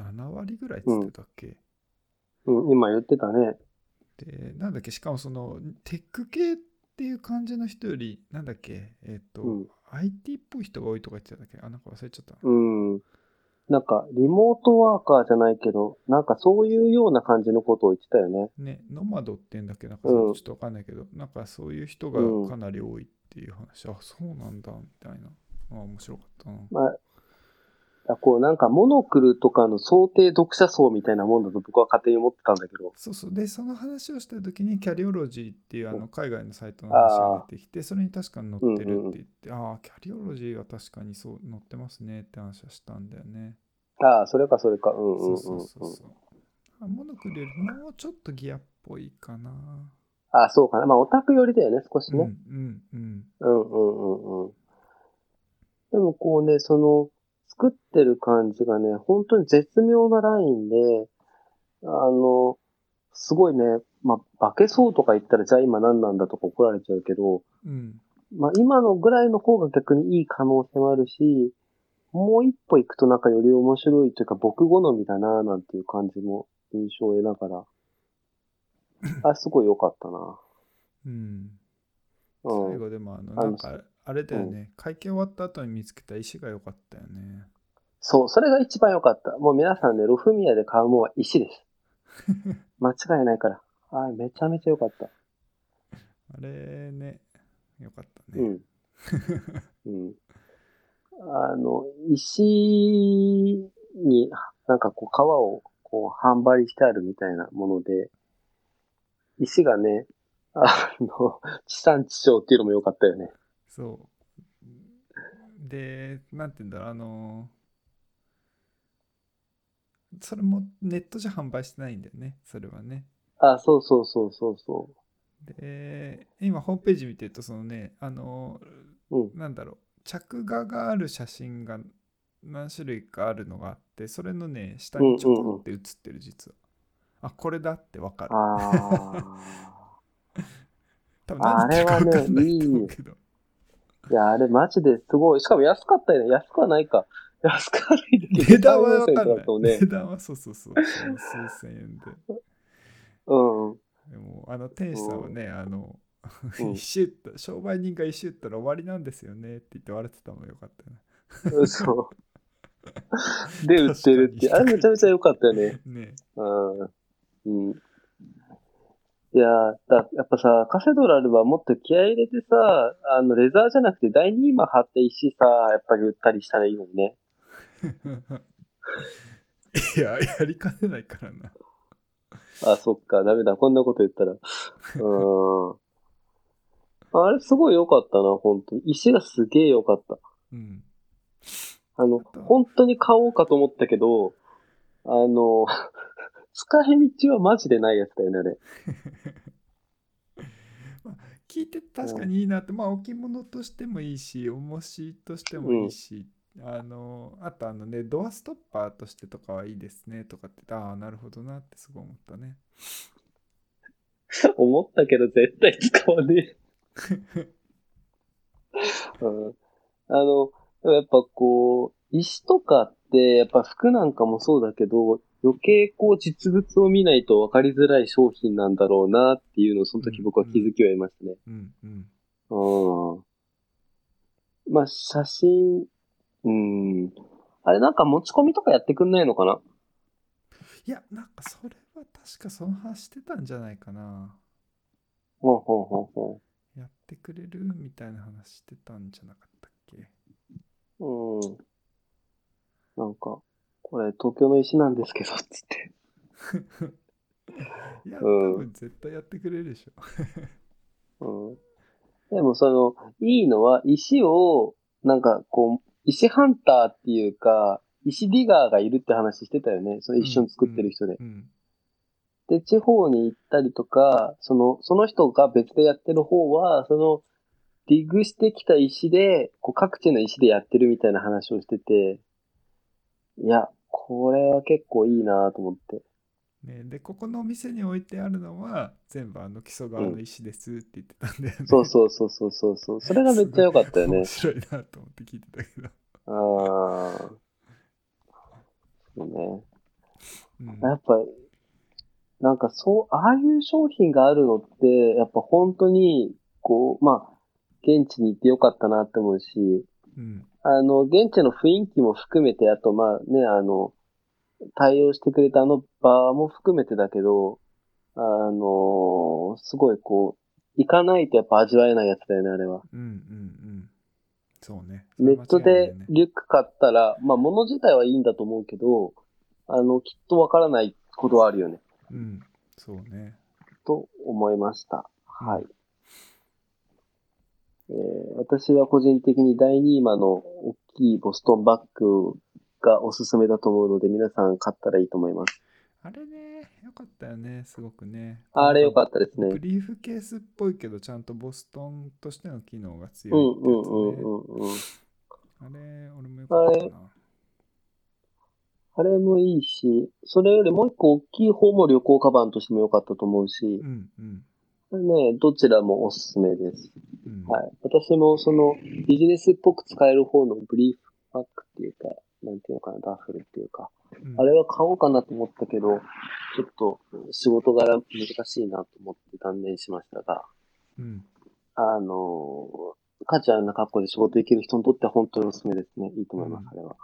7割ぐらいっつってたっけ、うん、今言ってたね。でなんだっけしかもそのテック系っていう感じの人よりなんだっけえっ、と、うん IT っぽい人が多いとか言ってたんだっけあなんか忘れちゃったなうん。なんか、リモートワーカーじゃないけど、なんかそういうような感じのことを言ってたよね。ねノマドって言うんだっけなんかうんちょっとわかんないけど、なんかそういう人がうんかなり多いっていう話、あそうなんだみたいなあ面白かったなまあ、だこうなんかモノクルとかの想定読者層みたいなもんだと僕は勝手に思ってたんだけど。そうそうでその話をしてる時にキャリオロジーっていうあの海外のサイトの話が出てきてそれに確かに載ってるって言って、ああキャリオロジーは確かにそう載ってますねって話はしたんだよね。ああ、それかそれか。うんうんそううんそううんそうそう。あモノクルよりもうちょっとギアっぽいかな。ああ、そうかな。まあオタク寄りだよね、少しうんうね。んうん。うんうんうんうん。でもこうね、その、作ってる感じがね、本当に絶妙なラインで、あの、すごいね、まあ、化けそうとか言ったら、じゃあ今何なんだとか怒られちゃうけど、うんまあ、今のぐらいの方が逆にいい可能性もあるし、もう一歩行くとなんかより面白いというか僕好みだなぁなんていう感じも印象を得ながら。あ、すごい良かったな。うん。う最ん。後でもあのあなのんかあれだよね、会計終わった後に見つけた石が良かったよね。そう、それが一番良かった。もう皆さんね、ロフミアで買うもんは石です。間違いないから。あ、めちゃめちゃ良かった。あれね、良かったうね。ん。うん。あの、石に、なんかこう、皮を、こう、半張りしてあるみたいなもので、石がね、あの、地産地消っていうのも良かったよね。そう。で、なんて言うんだろう、あのそれもネットじゃ販売してないんだよね、それはね。あ、そうそうそうそうそで、今ホームページ見てると、そのね、あのう。うん。なんだろう、着画がある写真が何種類かあるのがあって、それのね、下にちょこって写ってる、実は。あ、これだってわかる。あ多分何言ってるかわかんないと思うけど。あ。いや、あれマジですごい。しかも安かったよね。安くはないか。安くはないんだけど。値段はわかんな3万4000とるとい。ね値。段はそうそうそう。その数千円で。うん。でもあの店主さんはね、あの、うん 石打った商売人が石打ったら終わりなんですよねって言って笑ってたのがよかったよ 嘘。で、売ってるって。あれめちゃめちゃ良かったよね。ね。 ねうん。いやーだ、やっぱさ、カセドラルはもっと気合い入れてさ、あの、レザーじゃなくて第2今貼って石さ、やっぱり売ったりしたらいいのにね。いや、やりかねないからな。あ、そっか、ダメだ、こんなこと言ったら。うん。あれすごい良かったな、本当に。石がすげえ良かった。うん。あの、本当に買おうかと思ったけど、あの、 使い道はマジでないやつだよね、あれ。聞いて確かにいいなって、まあ置物としてもいいし、重しとしてもいいし、あの、あとあのね、ドアストッパーとしてとかはいいですねとかって、ああ、なるほどなってすごい思ったね。 思ったけど絶対使わねえ。うん、あの、やっぱこう、石とかって、やっぱ服なんかもそうだけど、余計こう実物を見ないと分かりづらい商品なんだろうなっていうのをその時僕は気づきを得ましたね。うんうん。うん。まあ写真、うん。あれなんか持ち込みとかやってくんないのかないや、なんかそれは確かその話してたんじゃないかな。ほうほうほうほう。やってくれるみたいな話してたんじゃなかったっけうん。なんか、これ東京の石なんですけど、 つって。いや、多うん分絶対やってくれるでしょ。うん。でもその、いいのは石を、なんかこう、石ハンターっていうか、石ディガーがいるって話してたよね。その一緒に作ってる人で。うん。で、地方に行ったりとか、その、その人が別でやってる方は、その、ディグしてきた石で、こう各地の石でやってるみたいな話をしてて、いや、これは結構いいなと思って。ね、で、ここのお店に置いてあるのは、全部あの基礎側の石ですって言ってたんだよね。そうそうそうそうそうそう。それがめっちゃ良かったよね 面。白いなと思って聞いてたけど。ああ。そうね。うんやっぱ、なんかそう、ああいう商品があるのって、やっぱ本当に、こう、まあ、現地に行って良かったなって思うし、うん。あの、現地の雰囲気も含めて、あとまあね、あの、対応してくれたあの場も含めてだけど、あの、すごいこう、行かないとやっぱ味わえないやつだよね、あれは。うんうんうん。そうね。ネッそトれは間違いでないねリュック買ったら、まあ物自体はいいんだと思うけど、あの、きっとわからないことはあるよね、うん、そうね。と思いました。はいうん。えー私は個人的に第2位の大きいボストンバッグがおすすめだと思うので、皆さん買ったらいいと思います。あれね、よかったよね、すごくね。あれ良かったですねブ。リーフケースっぽいけど、ちゃんとボストンとしての機能がう強んいってうんやつうんねうんうん。あれ、俺もよかったな。あれもいいし、それよりもう一個大きい方も旅行カバンとしても良かったと思うしう、んうん。これね、どちらもおすすめです。うん、はい。私もそのビジネスっぽく使える方のブリーフバッグっていうか、なんていうのかな、ダッフルっていうか、うんあれは買おうかなと思ったけど、ちょっと仕事柄難しいなと思って断念しましたが、うん。あのー、カジュアルな格好で仕事できる人にとっては本当におすすめですね。いいと思います、あれは。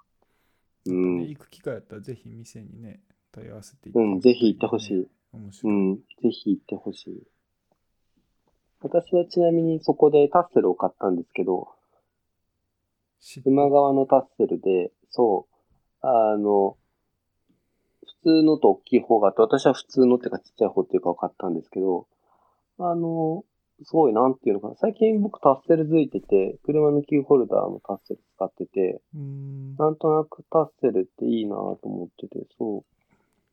うん。行く機会あったら、ぜひ店にね、問い合わせてういん、ぜひ行ってほしい。。面う白い。ん、ぜひ行ってほしい。私はちなみにそこでタッセルを買ったんですけど、知っ馬側のタッセルで、そう、あの、普通のと大きい方があって、私は普通のっていうかちっちゃい方っていうかを買ったんですけど、あの、すごいなんていうのかな、最近僕タッセル付いてて、車のキーホルダーもタッセル使ってて、うん。なんとなくタッセルっていいなと思ってて、そう。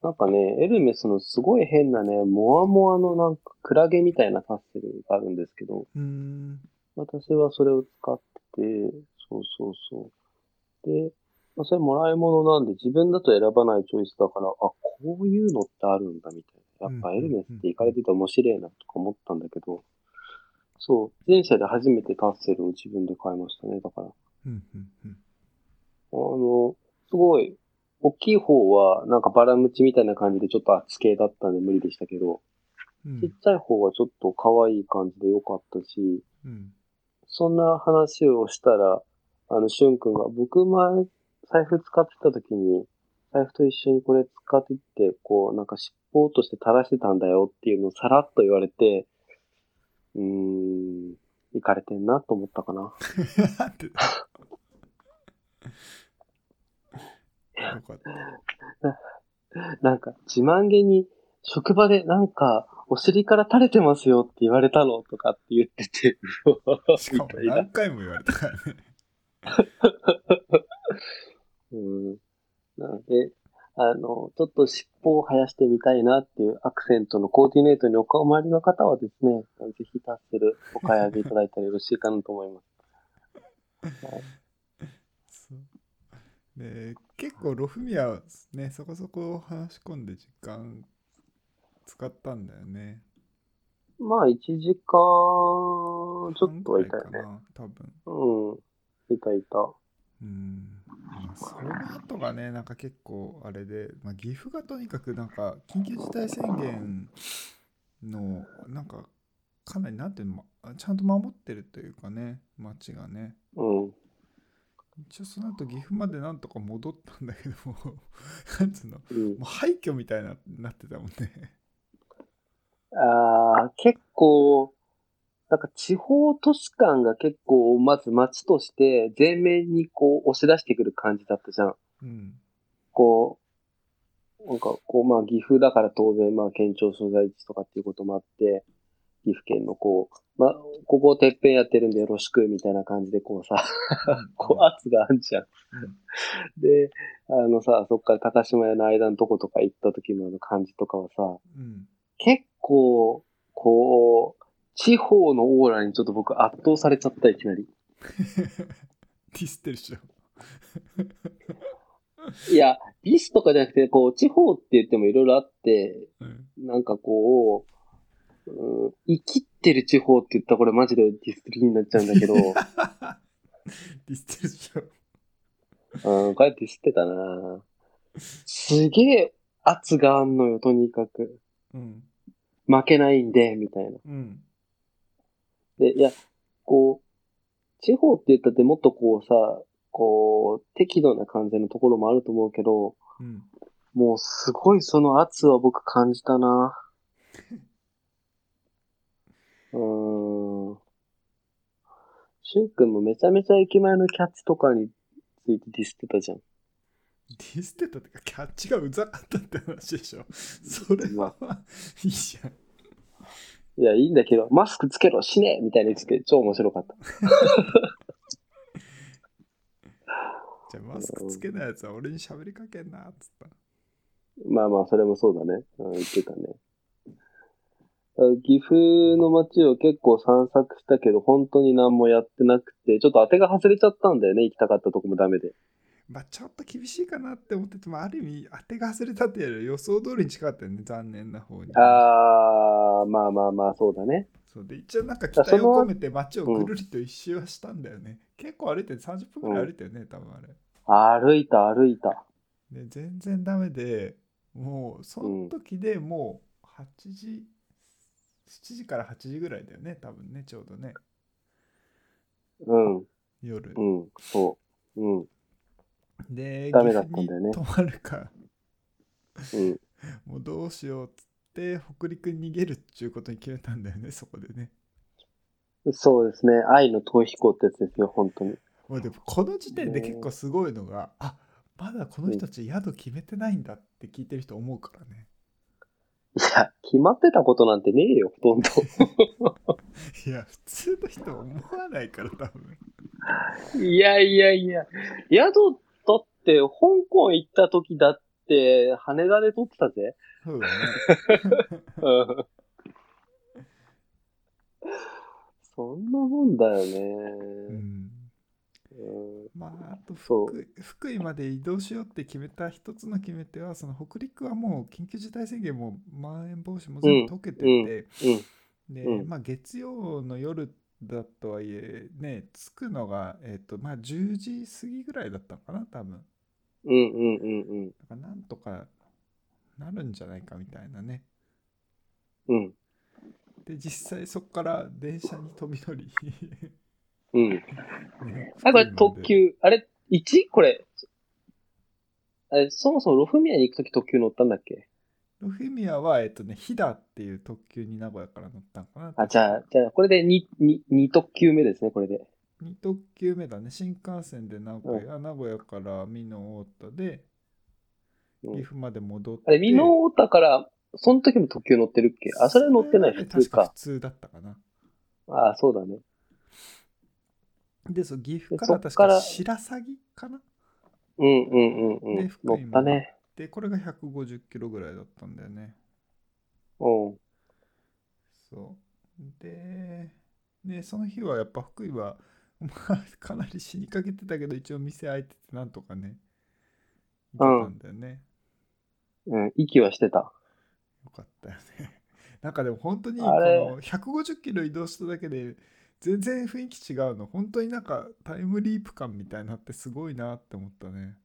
なんかね、エルメスのすごい変なね、モワモワのなんかクラゲみたいなタッセルがあるんですけど、うん。私はそれを使ってて、そうそうそう。で、まあ、それもらい物なんで自分だと選ばないチョイスだから、あ、こういうのってあるんだみたいな。やっぱうんエうんうんルメスって行かれてて面白いなとか思ったんだけど、そう、前者で初めてタッセルを自分で買いましたね、だから。うん。うん。うん。あの、すごい、大きい方は、なんかバラムチみたいな感じでちょっと厚系だったんで無理でしたけど、うんちっちゃい方はちょっと可愛い感じで良かったし、うん。そんな話をしたら、あの、しゅんくんが、僕前、財布使ってた時に、財布と一緒にこれ使ってって、こう、なんか尻尾として垂らしてたんだよっていうのをさらっと言われて、うーん、行かれてんなと思ったかな。 なんて。よかった。なんか、自慢げに、職場でなんか、お尻から垂れてますよって言われたのとかって言ってて、 うわしみかもたいな何。回も言われたからね。うん。なので、あの、ちょっと尻尾を生やしてみたいなっていうアクセントのコーディネートにお困りの方はですね、ぜひ達するお買い上げいただいたらよろしいかなと思います。そうで結構ロフミアはねそこそこ話し込んで時間使ったんだよね。まあ、1時間、ちょっとはいたよ半ぐらねい。かな多分。うん。いたいた。うん。まあ、それとがねなんか結構あれで、まあ、岐阜がとにかくなんか緊急事態宣言のなんかかなりなんていうのまあちゃんと守ってるというかね町がね。うん。一応その後岐阜までなんとか戻ったんだけど もなんつうのもうんう廃墟みたいななってたもんね。ああ、結構、なんか地方都市間が結構、まず街として前面にこう押し出してくる感じだったじゃん。うんこう、なんかこう、まあ岐阜だから当然、まあ県庁所在地とかっていうこともあって、岐阜県のこう、まあ、ここてっぺんやってるんでよろしく、みたいな感じでこうさ、 こう圧があんじゃん。うんで、あのさ、そっから高島屋の間のとことか行った時のあの感じとかはさ、うん結構、こう、地方のオーラにちょっと僕圧倒されちゃった、いきなり。ディスってるでしょ。いや、リスとかじゃなくて、こう、地方って言ってもいろいろあって、うんなんかこう、うん、生きってる地方って言ったらこれマジでディストリーになっちゃうんだけど、うディスってるでしょ。ん、こうやって知ってたなすげえ圧があんのよ、とにかく。うん負けないんで、みたいな。うんで、いや、こう、地方って言ったってもっとこうさ、こう、適度な感じのところもあると思うけど、うんもうすごいその圧は僕感じたな。うーん。しゅんくんもめちゃめちゃ駅前のキャッチとかについてディスってたじゃん。ディスってたってかキャッチがうざかったって話でし ょそれはいいじゃんいや、いいんだけど、マスクつけろ、死ねみたいにつけて、超面白かった。じゃあマスクつけないやつは俺に喋りかけんなっつったまあまあ、それもそうだね。うん、言ってたね。あ岐阜の街を結構散策したけど、本当に何もやってなくて、ちょっと当てが外れちゃったんだよね。行きたかったとこもダメで。まあちょっと厳しいかなって思っててもある意味当てが外れたっていうより予想通りに近かったよね残念な方にあー、まあまあまあ、そうだね。そうで一応なんか期待を込めて街をぐるりと一周はしたんだよね、結構歩いて30分ぐらい歩いたよね、多分あれ歩いた、歩いた。で全然ダメでもうその時でもう8時、7時から8時ぐらいだよね多分ねちょうどねうん、う夜、ん、そう。うん、でダメだったんだよね岐阜に泊まるかうん。もうどうしようっつって北陸に逃げるっちゅうことに決めたんだよねそこでねそうですね。愛の逃避行ってやつですよ、本当に。もうでもこの時点で結構すごいのがあまだこの人たち宿決めてないんだって聞いてる人思うからねいや、決まってたことなんてねえよ、ほとんど。いや普通の人は思わないから多分いやいやいや。宿、だって、香港行った時だって、羽田で撮ってたぜ。そうだねうんそんなもんだようね。んうんまあ、あとそう福井福井まで移動しようって決めた一つの決め手はその北陸はもう緊急事態宣言もまん延防止も全部解けてて、で、うんまあ、月曜の夜だとはいえね着くのが、えっとまあ、10時過ぎぐらいだったのかな多分うんうんうんうん。だからなんとかなるんじゃないかみたいなねうんで実際そこから電車に飛び乗 り、うん。ねあ、これ福特井急。あれ、1? これ。あれ、そもそもロフミアに行く時特急乗ったんだっけまでロフィミアはえっとね飛騨っていう特急に名古屋から乗ったのかなあ、じゃあ、じゃあ、これで2、二二特急目ですね、これで。 2特急目だね新幹線で名古屋、名古屋から美濃太田でうん岐阜まで戻って、あれ、美濃太田から、その時も特急乗ってるっけあ、それは乗ってない、それ普はね通か確。普通だったかなあ、そうだね。でそう岐阜かそらっから確か白鷺かなうんうんうんうでん。福乗井っもたね。でこれが150キロぐらいだったんだよねうん。そうででその日はやっぱ福井は まあかなり死にかけてたけど一応店開いててなんとかね行けたんだよね、うん、息はしてた。よかったよね。 なんかでも本当にこあれの150キロ移動しただけで全然雰囲気違うの本当になんかタイムリープ感みたいになってすごいなって思ったね。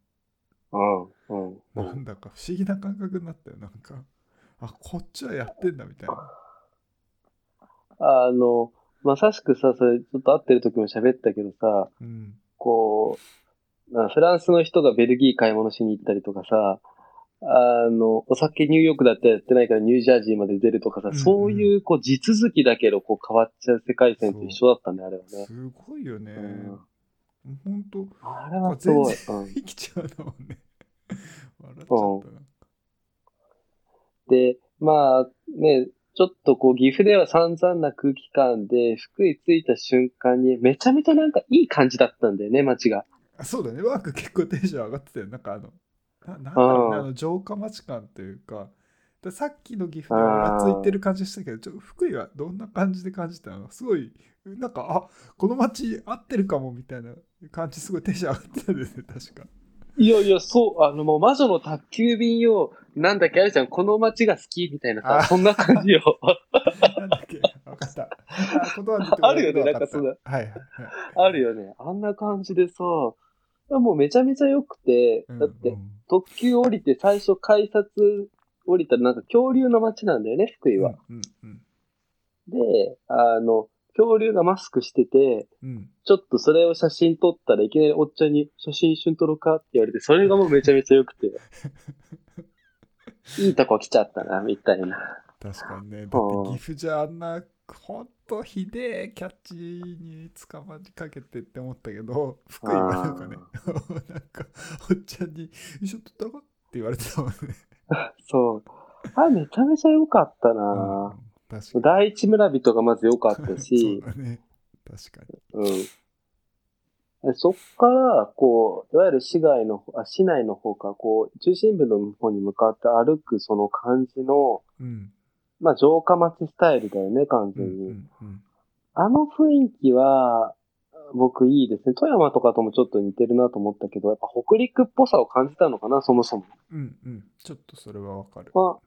うん、うん。うなんんだか不思議な感覚になったよなんかあこっちはやってんだみたいな。あの、まさしくさ、それ、ちょっと会ってる時も喋ったけどさ、うんこう、あフランスの人がベルギー買い物しに行ったりとかさ、あの、お酒ニューヨークだってやってないからニュージャージーまで出るとかさ、うんうんそういう、こう、地続きだけど、こう、変わっちゃう世界線と一緒だったね、あれはね。すごいよね。う本当あれはすごい。うん生きちゃうのもんね。 笑っちゃったな。で、まあね、ちょっとこう岐阜では散々な空気感で、福井着いた瞬間にめちゃめちゃなんかいい感じだったんだよね、街が。あそうだねワーク結構テンション上がってたよなんかあのななんだろうねうんあの城下町感というかださっきの岐阜ではついてる感じしたけどちょ福井はどんな感じで感じたのすごいなんかあこの町合ってるかもみたいな感じすごいテンション上がってたんですね確かいやいや、そう、あのもう魔女の宅急便よ、なんだっけ、あれじゃん、この街が好きみたいなあさ、そんな感じよ。なんだっけ分かったあ言葉に出てこあるよねわったなんかそんなはいはいはい あるよね。あんな感じでさ、もうめちゃめちゃ良くて、うんだってうん特急降りて最初改札降りたらなんか恐竜の街なんだよね、福井は。うんうんで、あの、恐竜がマスクしてて、うんちょっとそれを写真撮ったらいきなりおっちゃんに写真一緒に撮ろうかって言われて、それがもうめちゃめちゃ良く て。いいとこ来ちゃったな、みたいな。確かにねだって岐阜じゃあんなほんとひでえキャッチに捕まりかけてって思ったけど福井はなんかね なんかおっちゃんに「一緒取ったのか?」って言われてたもんね、そう。あ、めちゃめちゃ良かったうんな、、確かに第一村人がまず良かっ たそうし、だね確かにうん。そっから、こう、いわゆる市外の、あ市内の方か、こう、中心部の方に向かって歩くその感じの、うんまあ、城下町スタイルだよね、完うん全に。うんうんあの雰囲気は、僕いいですね。富山とかともちょっと似てるなと思ったけど、やっぱ北陸っぽさを感じたのかな、そもそも。うんうんちょっとそれはわかるは、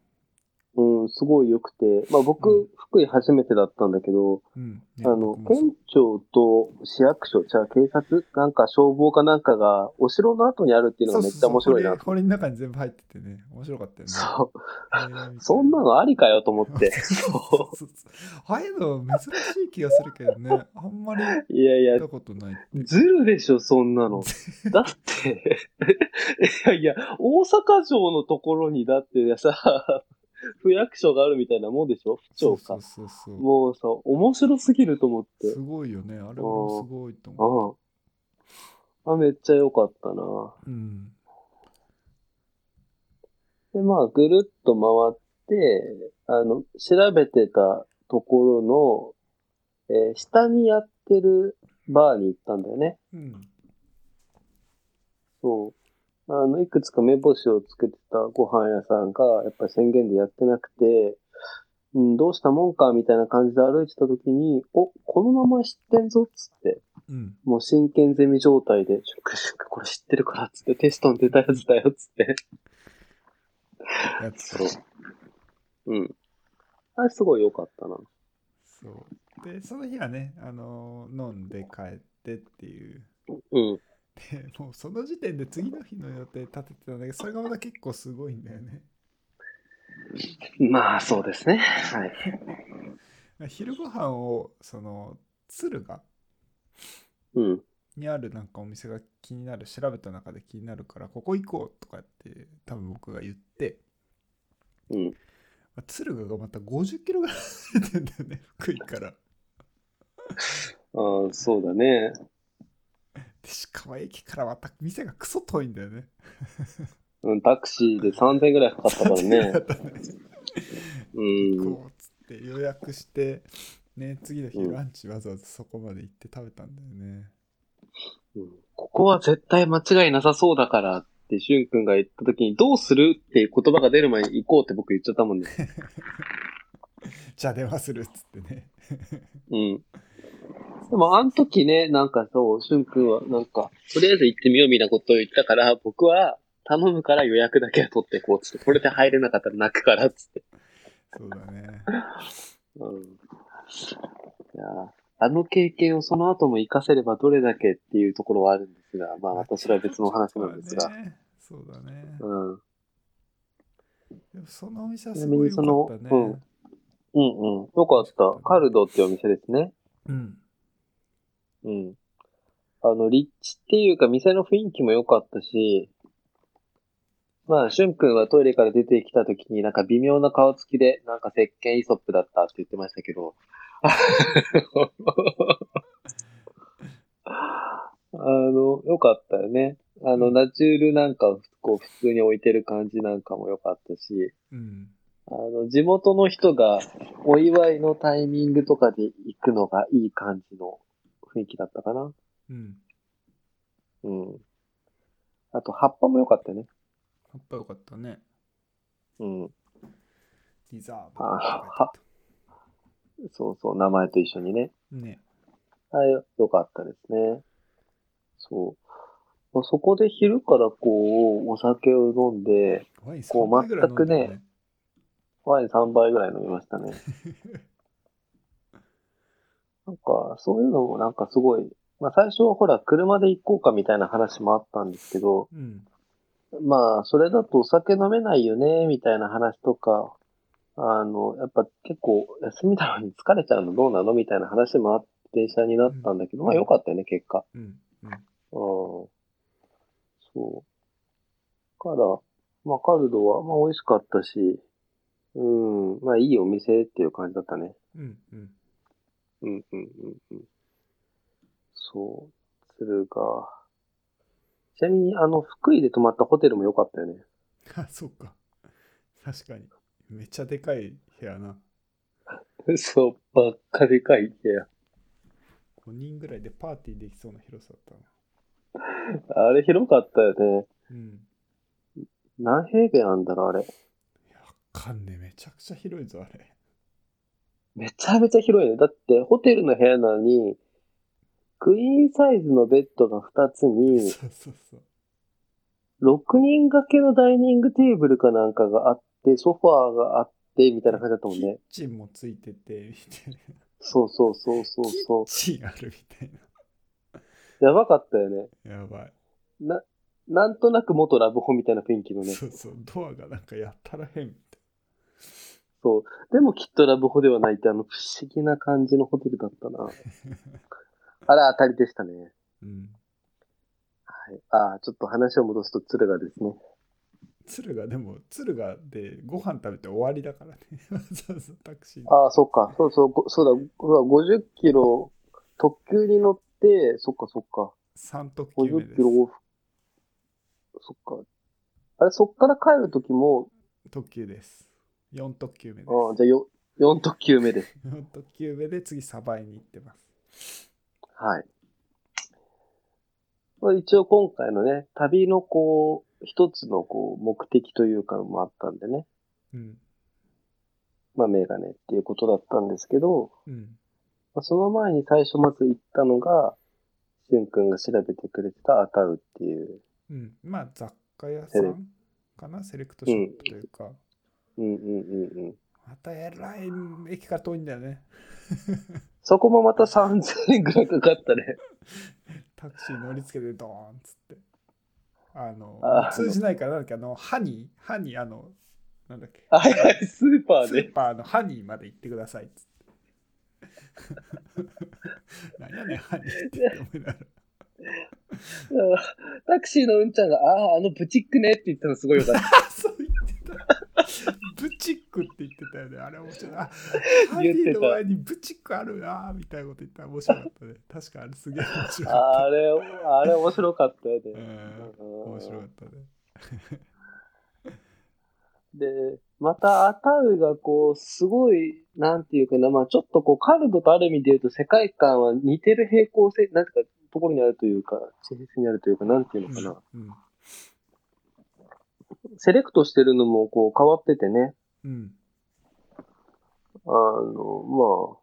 うん、すごい良くて。まあ僕、うん福井初めてだったんだけど、うん、ねあの、僕もそう県庁と市役所、じゃあ警察なんか消防かなんかが、お城の後にあるっていうのがめっちゃ面白いなそうそうそうこれこれの中に全部入っててね面白かったよねそう。へえ そんなのありかよと思って。 そそうああいうの珍しい気がするけどねあんまり見う。いやいやた、ことないずるでしょ、そ んなの。だって、 いやいや、大阪城のところに、だってさ、 区役所があるみたいなもんでしょ府そ庁うそかう。そうそうもうさ、面白すぎると思って。すごいよねあれもすごいと思うん。あ、めっちゃ良かったな。ううんで、まあ、ぐるっと回って、あの、調べてたところの、えー下にやってるバーに行ったんだよね。うんそう。あの、いくつか目星をつけてたご飯屋さんが、やっぱり宣言でやってなくて、うん、どうしたもんか、みたいな感じで歩いてた時に、お、このまま知ってんぞ、っつって。うんもう真剣ゼミ状態で、シュックシュックこれ知ってるから、つって、テストに出たやつだよ、つって。やつそう。うん。あれすごい良かったな。そうでその日はねあのー飲んで帰ってっていううん。でもうその時点で次の日の予定立ててたんだけどそれがまた結構すごいんだよねまあ、そうですね。はい。昼ご飯をその鶴がうん。にあるなんかお店が気になる調べた中で気になるからここ行こうとかって多分僕が言ってうん。まあ敦賀がまた50キロぐらい離れてんだよね 福井からああ、そうだね。でしかも駅からまた店がクソ遠いんだよね。うん、タクシーで3000ぐらいかかったからね うん。こうっつって予約してね次の日うんランチわざわざそこまで行って食べたんだよねうんここは絶対間違いなさそうだからって、しゅんくんが言った時に、どうするっていう言葉が出る前に行こうって僕言っちゃった もんね。じゃあ電話するっつってねうん。でも、あの時ね、なんかそう、しゅんくんは、なんか、とりあえず行ってみようみたいなことを言ったから、僕は、頼むから予約だけは取ってこうっつって、これで入れなかったら泣くからっつって。そうだねうん。いやーあの経験をその後も活かせればどれだけっていうところはあるんですが、まあ私は別のお話なんですが。ねそうだね、うん。うんでもそのお店はちすなみごい良にそかのったねうんうん。よかった。カルドっていうお店ですね。うんうん。あの、立地っていうか、店の雰囲気も良かったし、まあ、しゅんくんはトイレから出てきた時になんか微妙な顔つきで、なんか石鹸イソップだったって言ってましたけど。 あの、良かったよね。あの、ナチュールなんかをこう普通に置いてる感じなんかも良かったし、うんあの、地元の人がお祝いのタイミングとかで行くのがいい感じの雰囲気だったかな。うんうん。あと、葉っぱも良かったよね。やっぱ良かったねうん。リザーブあそうそう、名前と一緒にね。ねはい、良かったですね。そう。まあ、そこで昼からこう、お酒を飲んで、ワインこう3杯ぐらい飲んだよ全くねワイン3杯ぐらい飲みましたね。なんか、そういうのもなんかすごい、まあ最初はほら、車で行こうかみたいな話もあったんですけど、うんまあ、それだとお酒飲めないよね、みたいな話とか、あの、やっぱ結構休みなのに疲れちゃうのどうなのみたいな話もあって、電車になったんだけど、うんまあ良かったよね、結果。うんうんうん。そう。から、まあカルドは、まあ美味しかったし、うん、まあいいお店っていう感じだったね。うんうん うんうんうんうん。そう、鶴が。ちなみに、あの、福井で泊まったホテルも良かったよね。あ、そっか。確かに。めっちゃでかい部屋な。 そう、ばっかでかい部屋。 5人ぐらいでパーティーできそうな広さだったな。あれ広かったよね。うん。何平米なんだろう、あれ。いや、わかんねえ。めちゃくちゃ広いぞ、あれ。めちゃめちゃ広いね。だって、ホテルの部屋なのに、クイーンサイズのベッドが2つに、そうそうそう。 6人掛けのダイニングテーブルかなんかがあって、ソファーがあって、みたいな感じだったもんキッね。チンもついてて、みたいな。そうそうそうそうそ。キッチンあるみたいうやばかったよね。な。やばい。な、なんとなく元ラブホみたいな雰囲気のね。そうそう。ドアがなんかやったら変みたいそう。でもきっとラブホではないって、あの不思議な感じのホテルだっ たな。あら、当たりでしたね。な。うん。はい。あーちょっと話を戻すと、鶴がですね。敦賀でも敦賀でご飯食べて終わりだからね そうそうタクシーでああ、そっか。そうそう、ごそうだ、そうだ50キロ特急に乗って、そっかそっか。 3特急目50でキロ往復。そっか。あれ、そっから帰るときも、す特急です4特急目ですあーじゃあよ、4特急目です。 4特急目で次サバイに行ってますはい。まあ、一応今回のね、旅のこう、一つのこう、目的というかのもあったんでね。うんまあ、メガネっていうことだったんですけど、うんまあ、その前に最初まず行ったのが、しゅんくんが調べてくれてたアタウっていう。うんまあ雑貨屋さんかなセレクトショップというか、うんうんうんうん。またえらい駅から遠いんだよねそこもまた3000円ぐらいかかった ね。タクシー乗りつけてドーンっつってあのあー通じないからなんだっけあのハニーハニーあのなんだっけはいはい、スーパースーで。パーのハニーまで行ってくださいっつっ て。何やねん、ハニーって思いながら。 タクシーのうんちゃんが、ああ、あのブチックねって言ったのすごいよかった。あそう言ってた。ブチックって言ってたよね。あれ面白い。あハニ言ってーたの前にブチックあるなみたいなこと言ったら面白かったね。確かあれすげえ面白か あれ、あれ面白かったよった。うね。ん。面白かったね。で、またアタウがこう、すごい、なんていうかな、まあちょっとこう、カルドとある意味で言うと世界観は似てる平行性、なんていうか、ところにあるというか、地平線にあるというか、なんていうのかな。うん。セレクトしてるのもこう、変わっててね。うん。あの、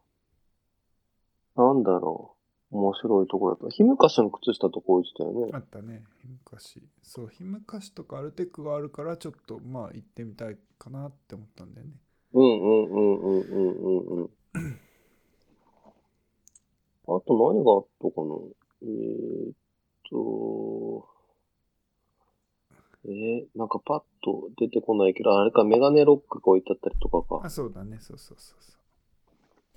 まあ、なんだろう。面白いところだった。ひむかしの靴下とこう言ってたよあね。ったね。ひむかし。そう、ひむかしとかアルテックがあるから、ちょっとまあ行ってみたいかなって思ったんだよね。うんうんうんうんうんうんうん。あと何があったかなえー、っと、えー、なんかパッと出てこないけど、あれか、メガネロックが置いてあったりとかかあ、。そうだね。そうそうそうそ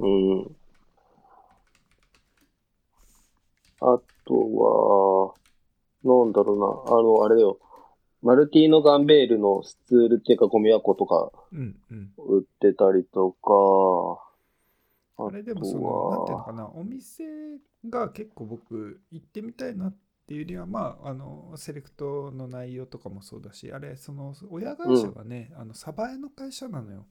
う。うん。あとは、なんだろうな、あの、あれだよ。マルティーノ・ガンベールのスツールっていうかゴミ箱とかうんうん。売ってたりとか、あれでもその、なんていうのかな、お店が結構僕、行ってみたいなっていうよりは、まあ、あの、セレクトの内容とかもそうだし、あれ、その、親会社がね、あの、サバエの会社なのよ。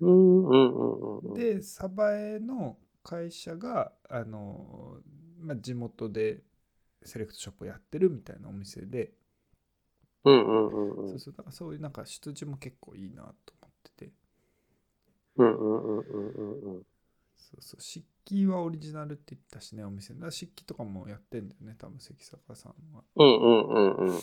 うんうんうんうん。、で、サバエの会社が、あの、まあ、地元でセレクトショップをやってるみたいなお店で、うんうんうんうん。そうそう、だからそういうなんか出自も結構いいなと思ってて、うんうんうんうんうんうん。そうそう、漆器はオリジナルって言ったしね、お店。だから漆器とかもやってんだよね、多分関坂さんは。うんうんうんうん。だ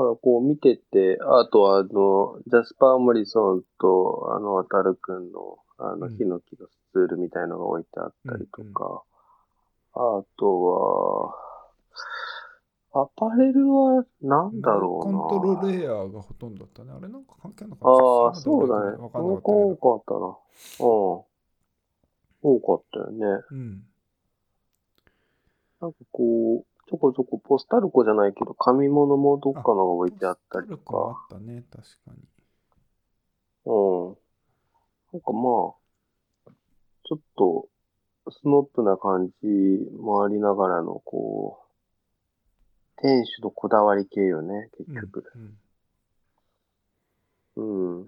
からこう見てて、あとはあの、ジャスパー・モリソンと、あの、アタル君の、あの、うんヒノキのスツールみたいのが置いてあったりとか、あとは、アパレルは何だろうな。コントロールエアーがほとんどだったね。あれなんか関係なかったああ、そうだね。わかんなか多ったけど。かったな。うん。多かったよね。うん。なんかこう、ちょこちょこポスタルコじゃないけど、紙物もどっかのが置いてあったりとポスタルコもか、あったね、確かに。うん。なんかまあ、ちょっと、スノップな感じもありながらの、こう、店主のこだわり系よね、結局。うんうん。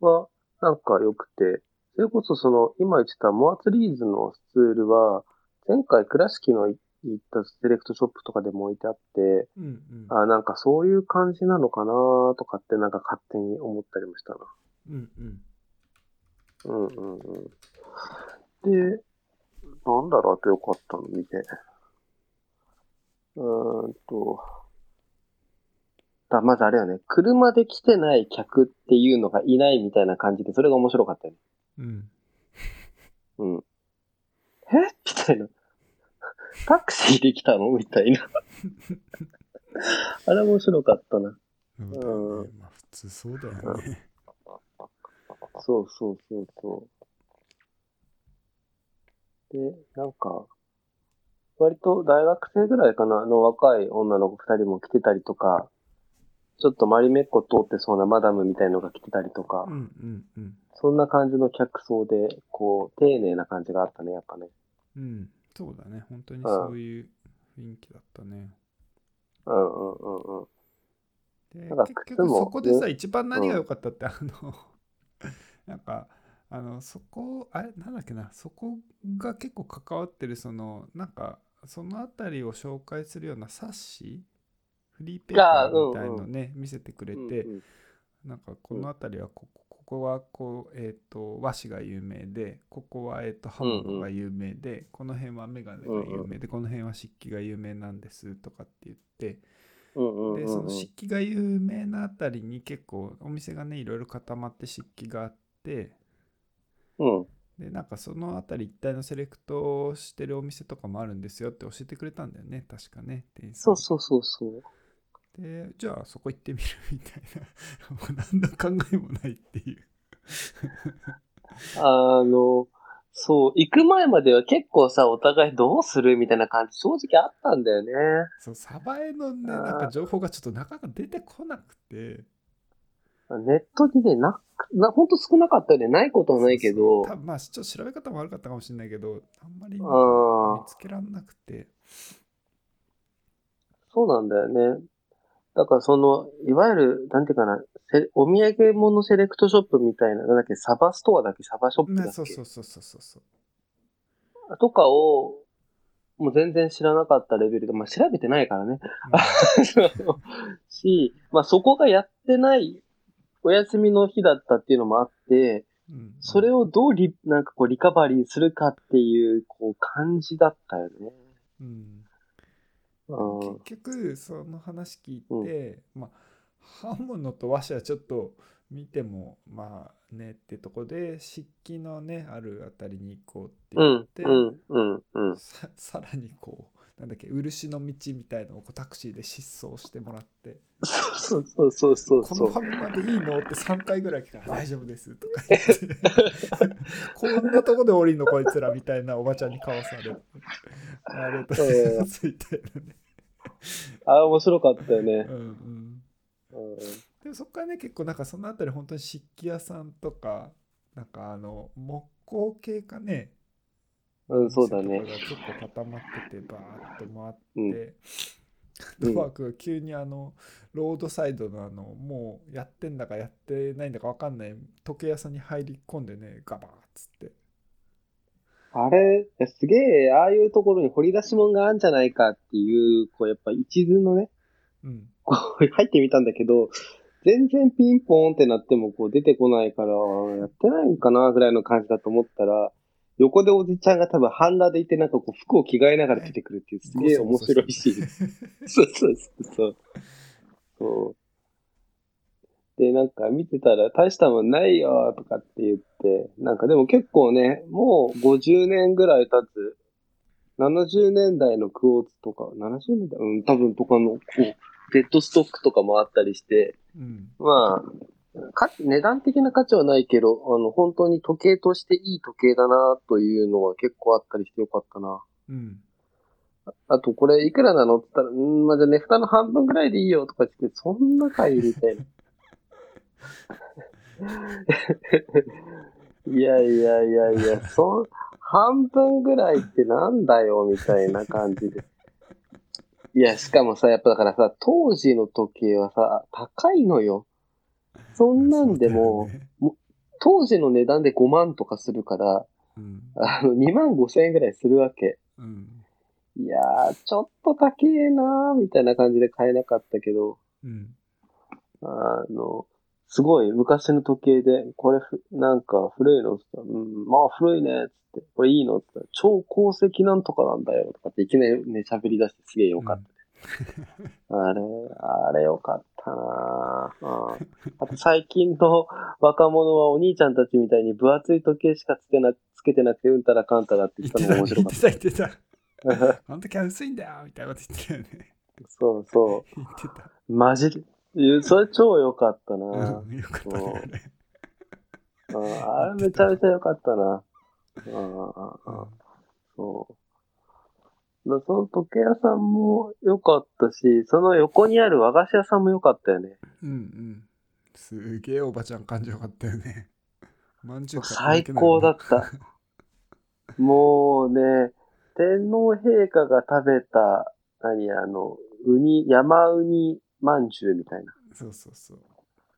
は、なんか良くて、それこそその、今言ってたモアツリーズのスツールは、前回倉敷の行ったセレクトショップとかでも置いてあって、うんうんあなんかそういう感じなのかなとかってなんか勝手に思ったりもしたな。うんうんうんうんうん。で、なんだろうあとよかったの見て。うーんと。だまずあれよね、車で来てない客っていうのがいないみたいな感じで、それが面白かったよね。うんうん。えみたいな。タクシーで来たのみた いな。あれ面白かったな。そうだよねまあ普通そうだよねそうそうそうそう。で、なんか、割と大学生ぐらいかな、の若い女の子二人も来てたりとか、ちょっとマリメッコ通ってそうなマダムみたいのが来てたりとかう、んうんうんそんな感じの客層で、こう、丁寧な感じがあったね、やっぱね。うんそうだね本当にそういう雰囲気だったねうんうんうんうん。でなんか結靴局もそこでさね一番何が良かったってあの なんかあのそこあれなんだっけなそこが結構関わってるそのなんかその辺りを紹介するような冊子フリーペーパーみたいのね見せてくれてうんうんなんかこの辺りはここここはこう、えー、と和紙が有名でここは、えー、と刃物が有名で、この辺はメガネが有名で、この辺は漆器が有名なんですとかって言ってうんうんうんでうんその漆器が有名なあたりに結構お店がねいろいろ固まって漆器があってうんでなんかその辺り一帯のセレクトをしてるお店とかもあるんですよって教えてくれたんだよね確かね店員さそんうそうそうそう。でじゃあそこ行ってみるみたいなもう何の考えもないっていう。あの、そう、行く前までは結構さ、お互いどうするみたいな感じ、正直あったんだよね。そうサバエのねあーなんか情報がちょっとなかなか出てこなくてネットにね、な、な、ほんと少なかったよね。ないことはないけそうどそう、多分まあちょっと調べ方も悪かったかもしれないけどあんまり見あーつけらんなくてそうなんだよね。だからその、いわゆる、なんていうかな、せお土産物セレクトショップみたいな、なんだっけ、サバストアだっけ、サバショップだっねけ、そうそうそうそうそう そうとかを、もう全然知らなかったレベルで、まあ調べてないからね。 し、まあそこがやってないお休みの日だったっていうのもあって、うんうんそれをどうリ、なんかこう、リカバリーするかっていう、こう、感じだったよね。うんうん。結局その話聞いて、まあ刃物と和紙はちょっと見てもまあねってとこで漆器のねあるあたりに行こうってう言っん、て、うん、うん、うん。ささらにこうなんだっけ漆の道みたいのをこうタクシーで疾走してもらってそうそうそうそうこそのうフ。ァミマでいいのって3回ぐらい来たら大丈夫ですとか言って こんなとこで降りんのこいつらみたいなおばちゃんにかわされてあれとええ ついてるね、ああ、面白かったよねう。んうん、うんでもそっからね結構なんかそのあたり本当に漆器屋さんとかなんかあの木工系かねうん、そうだねお。店とかが結構固まっててバーッと回ってうん。で、うん ドワークが急にあのロードサイドのあのもうやってんだかやってないんだかわかんない時計屋さんに入り込んでねガバーッつってあれ、すげえ、ああいうところに掘り出し物があるんじゃないかっていう、こう、やっぱ一途のね、うんこう、 入ってみたんだけど、全然ピンポーンってなっても、こう、出てこないから、やってないんかな、ぐらいの感じだと思ったら、横でおじちゃんが多分半裸でいて、なんかこう、服を着替えながら出てくる っていう、すげえ面白いし。 そうそうそうそう。そう。で、なんか見てたら、大したもんないよとかって言って、なんかでも結構ね、もう50年ぐらい経つ、70年代のクォーツとか、70年代うん、多分とかの、こう、デッドストックとかもあったりして、うんまあ、か値段的な価値はないけど、あの、本当に時計としていい時計だなというのは結構あったりしてよかったな。うんあと、これいくらなのって言ったら、うんまあ、じゃあね、蓋の半分ぐらいでいいよとか言って、そ んなかいみたいな。いやいやいやいや、そん、半分ぐらいってなんだよ、みたいな感じで。いや、しかもさ、やっぱだからさ、当時の時計はさ、高いのよ。そんなんでそうも、だよね当時の値段で5万とかするから、うんあの、2万5千円ぐらいするわけ。うんいやー、ちょっと高えなー、みたいな感じで買えなかったけど、うんあの、すごい昔の時計で、これふ、なんか古いのって言ったら、うん、まあ古いね、つって、これいいのって言ったら、超鉱石なんとかなんだよ、とかっていきなりね、喋り出してすげえよかった。あれ、あれよかったなぁ。うんあと最近の 若者はお兄ちゃんたちみたいに分厚い時計しかつけなつけてなくてうんたらかんたらって言っ言ったてのがた面言白っかってた言ってたた。あの時は薄いんだよみたいなこと言ってたよね そうそ言ってたう。マジで。いやそれ超良かったなぁうんよかったねあれうんあれめちゃめちゃ良かったな。うんうんうんうんそう。だその時計屋さんも良かったし、その横にある和菓子屋さんも良かったよね。うんうんすげえおばちゃん感じよかったよねまんじゅう買って最高だった。もうね、天皇陛下が食べた、何あの、ウニ、山ウニまんじゅうみたいな。そうそうそう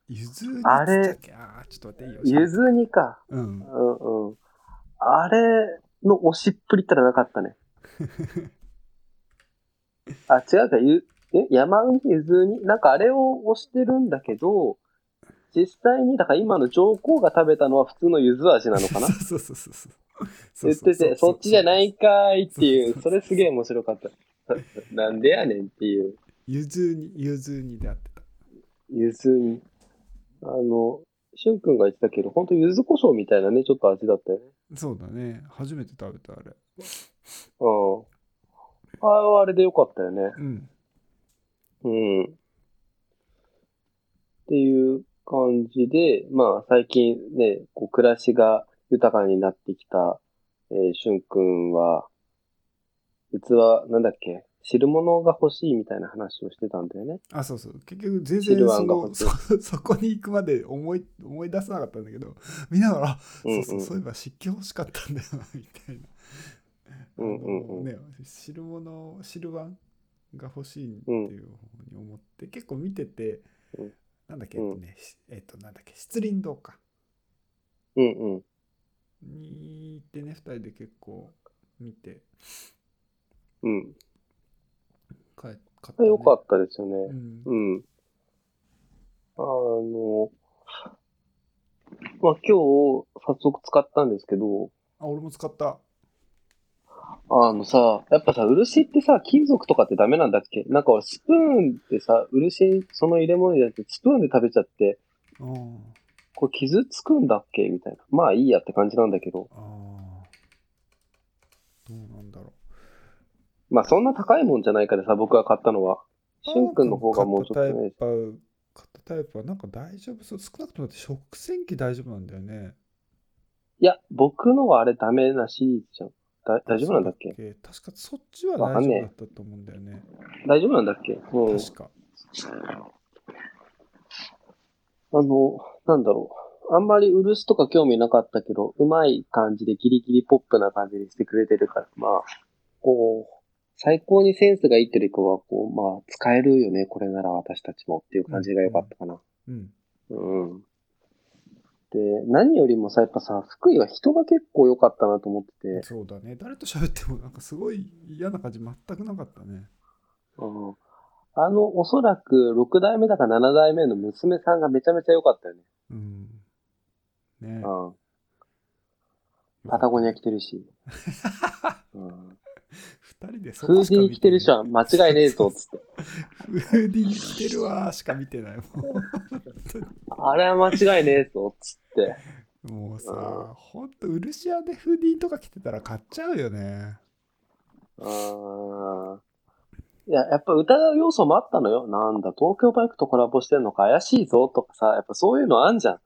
ゆずにあれつったっけあーちょっと待っていいよゆずにか。うんうんうん。あれの押しっぷりったらなかっ たね。あ、違うか、ゆ、え、山うに、ゆずうに、なんかあれを押してるんだけど、実際に、だから今の上皇が食べたのは普通のゆず味なのかな そうそうそうそうそう言ってて、そっちじゃないいんかーいっていそうそう、うそそうれすげえ面白かった。 なんでやねんっていう、ゆずにゆずにであってたゆずうに。あの、しゅんくんが言ってたけど、ほんとゆず胡椒みたいなね、ちょっと味だったよね。そうだね初めて食べたあれうん。あれはあれでよかったよね。うんうん。っていう感じで、まあ最近ね、こう暮らしが豊かになってきた、えー、しゅんくんは、器、なんだっけ、汁物が欲しいみたいな話をしてたんだよね。あそうそう結局全シ然ルアそンがの欲しいそ そこに行くまで思い思い出さなかったんだけど見ながらあうんうんそうそうそういえば湿気欲しかったんだよなみたいなうんうんうんあのね汁物汁ワンが欲しいっていう方に思って、結構見てて、うんなんだっけ、うんえっとねしえっとなんだっけ失林堂かうんうん。に行ってね2人で結構見てうん。帰買っあれよかたったですよね。ね、うんうん。あの、まあ今日早速使ったんですけど、あ俺も使ったあのさ、やっぱさ、漆ってさ、金属とかってダメなんだっけなんか俺、スプーンってさ、漆、その入れ物じゃなくて、スプーンで食べちゃって、あーこれ傷つくんだっけみたいな。まあいいやって感じなんだけど。あーどうなんだろうまあそんな高いもんじゃないからさ、僕が買ったのは。しゅんくんの方がもうちょっと買ね、ったタイプ買ったタイプはなんか大丈夫そう少なくともだって食洗機大丈夫なんだよねいや、僕のはあれダメなシリーズじゃん。だ大丈夫なんだっけ確かそっちはわか大丈んねえ夫だったと思うんだよね大丈夫なんだっけうん。確かあの、なんだろう。あんまり漆とか興味なかったけど、うまい感じでギリギリポップな感じにしてくれてるから、まあ、こう、最高にセンスがいいっていうよりかは、こう、まあ、使えるよね、これなら私たちもっていう感じが良かったかな。うんうん。で、何よりもさ、やっぱさ、福井は人が結構良かったなと思ってて、そうだね誰と喋ってもなんかすごい嫌な感じ全くなかったねうん、あの、おそらく6代目だか7代目の娘さんがめちゃめちゃ良かったよね。うんねうん。パタゴニア来て るし。うん2人でそ風こしか神着てる人は間違いねえぞ、つって。見てないフーディー着てるわーしか見てないも あれは間違いねえぞ、つって。うもううさほんと漆屋でフーディーとか着てたら買っちゃうよねうーん。いや、やっぱ疑う要素もあったのよ。なんだ、東京バイクとコラボしてんのか怪しいぞとかさ、やっぱそういうのあんじゃ。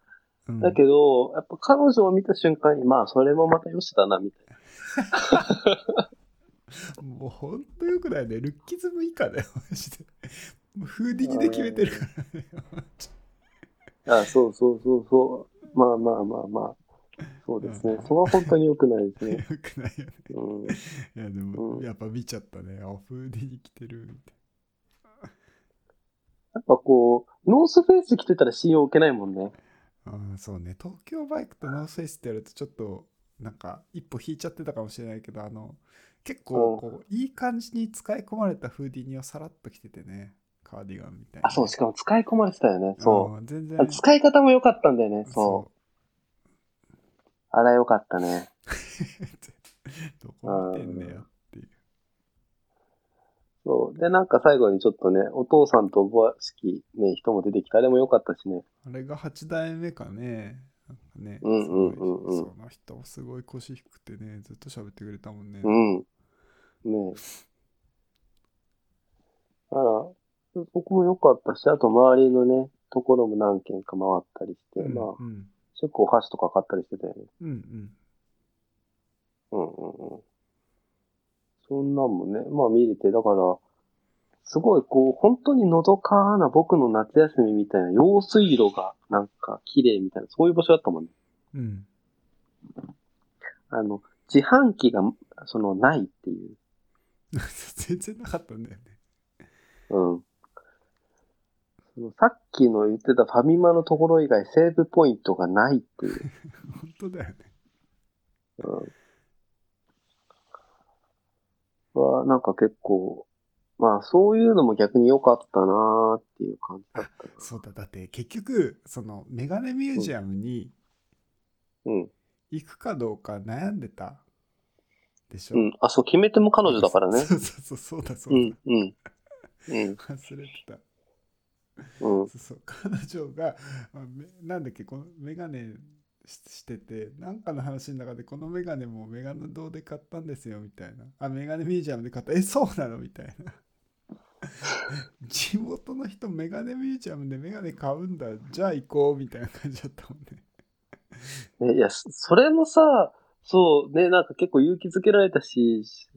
うんんだけど、やっぱ彼女を見た瞬間に、まあ、それもまたよしだな、みたいな。もうほんとよくないね。ルッキズム以下だよ、 マジで。もうフーディニで決めてるからね。あそうそうそうそう。まあまあまあまあ。そうですねう。んそこは本当に良くないですよね。くないよね。うん。いや、でも、うんやっぱ見ちゃったね。あ、フーディー着てるみたいな。やっぱこう、ノースフェイス着てたら信用置けないもんね。ああそうね東京バイクとノースフェイスってやるとちょっとなんか一歩引いちゃってたかもしれないけどあの結構こういい感じに使い込まれたフーディニをさらっと着ててねカーディガンみたいなあ、そう、しかも使い込まれてたよね。そう全然う。あ使い方も良かったんだよね。そう。そあれ良かったね。う どこ見てんだよそう。で、なんか最後にちょっとね、お父さんとおばしきね、人も出てきた。あれも良かったしね。あれが8代目かねなんかねうんうんうんうんすごいその人すごい腰低くてねずっと喋ってくれたもんね、うん。ねえ。だから、僕も良かったし、あと周りのね、ところも何軒か回ったりして、うんまあ、うん結構お箸とか買ったりしてたよね。うんうんうんうんうん。そんなんもね、まあ見れて、だから、すごいこう、本当にのどかな僕の夏休みみたいな、用水路がなんか綺麗みたいな、そういう場所だったもんね。うん あの、自販機が、その、ないっていう。全然なかったんだよねうん。そのさっきの言ってたファミマのところ以外、セーブポイントがないっていう。本当だよねうん。 は、なんか結構、まあそういうのも逆に良かったなーっていう感じだったな。そうだだって結局そのメガネミュージアムにうん。行くかどうか悩んでたでしょ、うん。あ、そう、決め手も彼女だからね。 そうそうそうそうだそうだ、うん、うん。うん、忘れてたうん。そうそう 彼女があめなんだっけこのメガネししててなんかの話の中でこのメガネもメガネ堂で買ったんですよみたいなあメガネミュージアムで買ったえそうなのみたいな 地元の人メガネミュージアムでメガネ買うんだじゃあ行こうみたいな感じだったもんねねいや、そそれもさ、そうね、なんか結構勇気づけられたし、し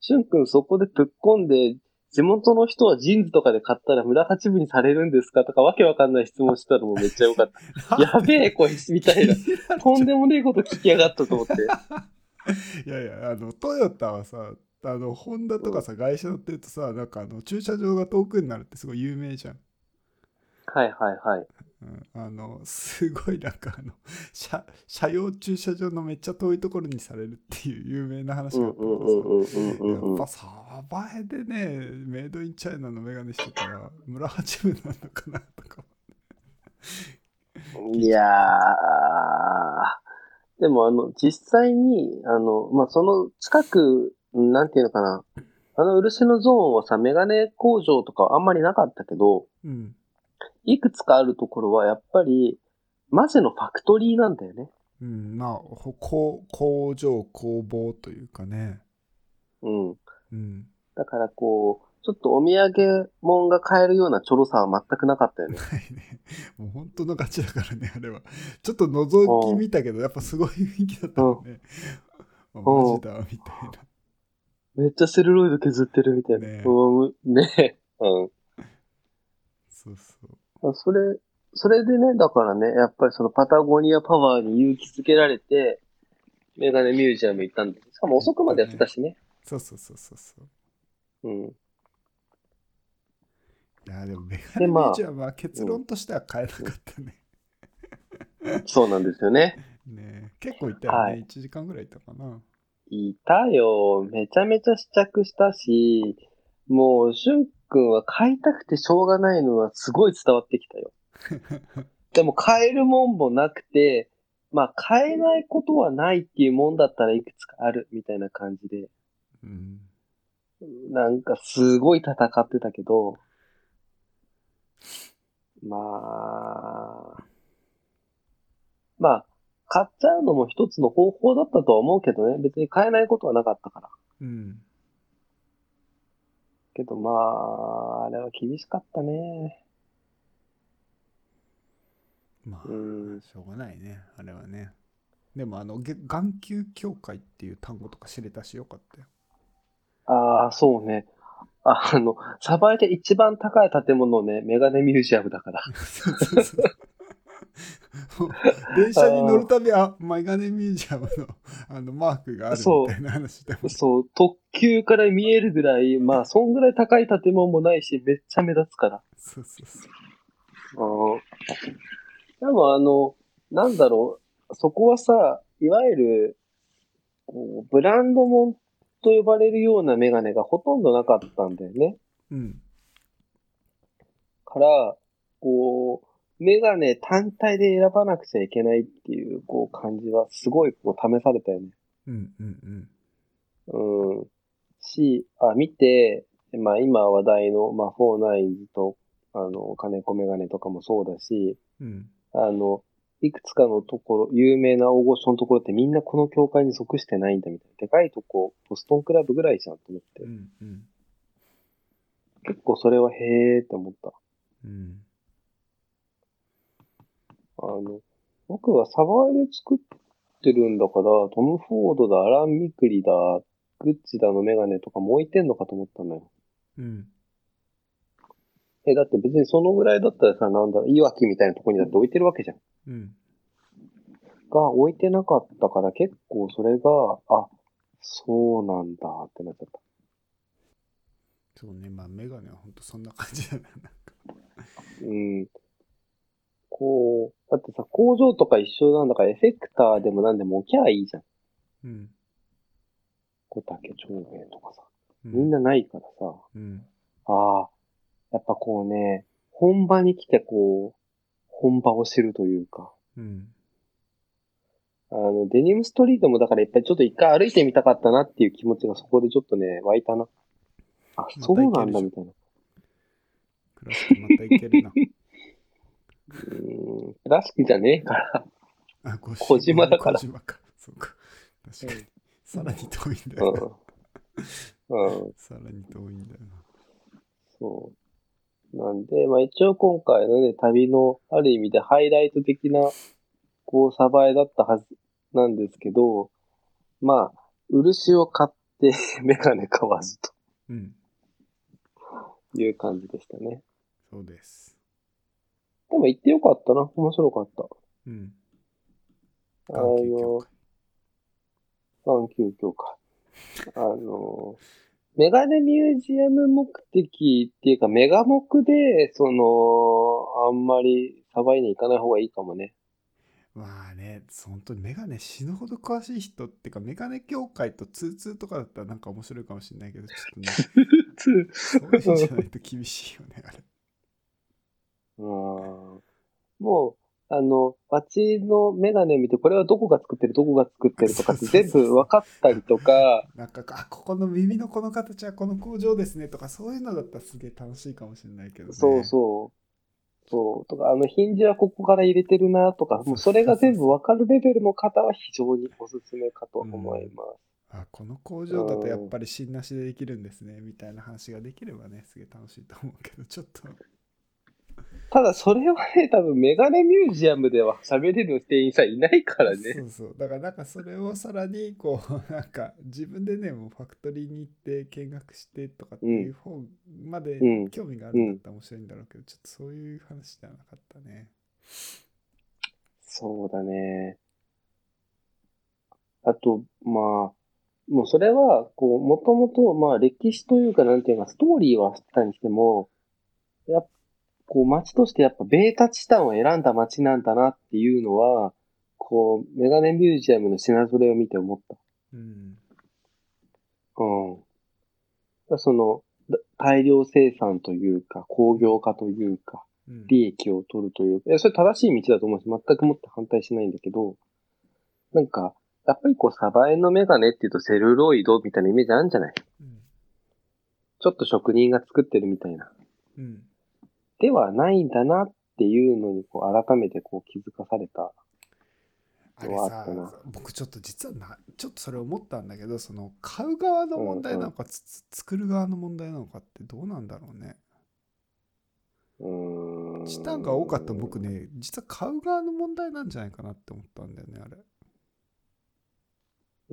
しゅんくんそこでぶっこんで、地元の人はジーンズとかで買ったら村八分にされるんですかとかわけわかんない質問してたのもめっちゃ良か った。やべえ、こいつみた いな。とんでもねえこと聞きやがったと思って。いやいやあのトヨタはさあのホンダとかさ外車乗ってるとさなんかあの駐車場が遠くになるってすごい有名じゃん、はいはいはい。うん、あのすごいなんかあの車車用駐車場のめっちゃ遠いところにされるっていう有名な話うがあんったけうんどうさんうんうんうんやうっん。ぱサバエでねメイドインチャイナのメガネしてたら村八分なのかなとかいやー、でもあの、実際に、あの、まあ、その近く、うんなんていうのかな、あの漆のゾーンはさ、メガネ工場とかはあんまりなかったけど、うんいくつかあるところはやっぱり、マゼのファクトリーなんだよね。うんまあほ工工場工房というかねうん。うん だからこう、ちょっとお土産物が買えるようなちょろさは全くなかったよね。はいね。もう本当のガチだからね、あれは。ちょっと覗き見たけど、やっぱすごい雰囲気だったもんね。あうんマジだ、みたいな。めっちゃセルロイド削ってるみたいな。ねえうん、ねうん。そうそう。まあそれ、それでね、だからね、やっぱりそのパタゴニアパワーに勇気づけられて、メガネミュージアム行ったんです。しかも遅くまでやってたしね。そうそうそうそうそう。うん。いや、でもメガネでミまあュージアムは結論としては変えなかったね。そうなんですよね。ね結構いたよね、はい1時間ぐらいいたかな。いたよ。めちゃめちゃ試着したし、もう、しゅんくんは買いたくてしょうがないのはすごい伝わってきた よ。でも買えるもんもなくて、まあ買えないことはないっていうもんだったらいくつかあるみたいな感じで、うん。なんかすごい戦ってたけど、まあ、まあ、買っちゃうのも一つの方法だったとは思うけどね、別に買えないことはなかったから。うん。けどまあ、あれは厳しかったね。まあ、うんしょうがないね、あれはね。でも、あの、げ眼球協会っていう単語とか知れたし、よか ったよ。ああ、そうね。ああの、サバイで一番高い建物ね、メガネミュージアムだから。そうそうそうもう電車に乗るたび、あ、マイガネミュージアムのあのマークがあるみたいな話でも。そう、特急から見えるぐらい、まあ、そんぐらい高い建物もないし、めっちゃ目立つから。そうそうそう。あのでもあの、なんだろう、そこはさ、いわゆる、こうブランドもんと呼ばれるようなメガネがほとんどなかったんだよね。うん。から、こう、メガネ単体で選ばなくちゃいけないっていう、こう、感じは、すごい、こう、試されたよね。うんうんうん。うん。し、あ、見て、まあ、今話題の、まあ、フォーナインズと、あの、金子メガネとかもそうだし、うん。あの、いくつかのところ、有名な大御所のところってみんなこの教会に属してないんだみたいな。でかいとこ、ボストンクラブぐらいじゃんと思ってう。んうん。結構それはへーって思った。うん。あの、僕はサバイで作ってるんだから、トム・フォードだ、アラン・ミクリだ、グッチだのメガネとかも置いてんのかと思ったのよ。うん。え、だって別にそのぐらいだったらさ、なんだろう、いわきみたいなとこにだって置いてるわけじゃん。うん。が置いてなかったから結構それが、あ、そうなんだってなっちゃった。そうね、まあ、メガネは本当そんな感じ だな。なんかうん。こう、だってさ、工場とか一緒なんだから、エフェクターでも何でも置きゃいいじゃん。うん。小竹長兵衛とかさ。うみん。なないからさ。うん。ああ、やっぱこうね、本場に来てこう、本場を知るというか。うん。あの、デニムストリートもだからいっぱいちょっと一回歩いてみたかったなっていう気持ちがそこでちょっとね、湧いたな。あ、またそうな行けるじんだゃんみたいな。クラシックまたいけるな。 うん、らしきじゃねえから。あ、ご小島だから小島か。そうか。確かに。さらに遠いんだうよな。ん。うん。さらに遠いんだよな。そう。なんで、まあ一応今回のね、旅のある意味でハイライト的な、こう、サバイだったはずなんですけど、まあ、漆を買って メガネ買わずとうん。いう感じでしたね。そうです。でも行ってよかったな。面白かった。うん。あ眼球の協、会。眼球強化。あの、メガネミュージアム目的っていうか、メガ目で、その、あんまりサバイに行かない方がいいかもね。まあね、本当にメガネ死ぬほど詳しい人っていうか、メガネ協会とツーツーとかだったらなんか面白いかもしれないけど、ちょっとね、 そういうんじゃないと厳しいよね、あれ。うんもう、あの、街のメガネ見て、これはどこが作ってる、どこが作ってるとかってそうそう全そう部分かったりとか、なんか、あ、ここの耳のこの形はこの工場ですねとか、そういうのだったらすげえ楽しいかもしれないけど、ね。そうそう、そう、とか、あの、ヒンジはここから入れてるなとか、もうそれが全部分かるレベルの方は非常におすすめかと思います。あ、この工場だとやっぱり芯なしでできるんですね、みたいな話ができればね、すげえ楽しいと思うけど、ちょっと、ただ、それはね、多分メガネミュージアムでは喋れる店員さんいないからね。そうそう。だからなんかそれをさらにこうなんか自分でねもうファクトリーに行って見学してとかっていう方までうん興味があるんだったら面白いんだろうけど、ちょっとそういう話ではなかったね。そうだね。あと、まあ、もうそれは、こう、もともと、まあ、歴史というか、なんていうか、ストーリーは知ったにしても、やっこう、街としてやっぱ、ベータ地帯を選んだ街なんだなっていうのは、こう、メガネミュージアムの品揃えを見て思った。うん。うん。その、だ大量生産というか、工業化というか、うん、利益を取るという、いや、それ正しい道だと思うし、全くもって反対しないんだけど、なんか、やっぱりこう、サバエのメガネっていうとセルロイドみたいなイメージあるんじゃないうん。ちょっと職人が作ってるみたいな。うん。ではないんだなっていうのに、こう、改めてこう、気づかされた。あれうわあさったな僕ちょっと実はなちょっとそれ思ったんだけどその買う側の問題なのか、つつ作る側の問題なのかってどうなんだろうね。うーん。チタンが多かった僕。ね実は買う側の問題なんじゃないかなって思ったんだよねあれ。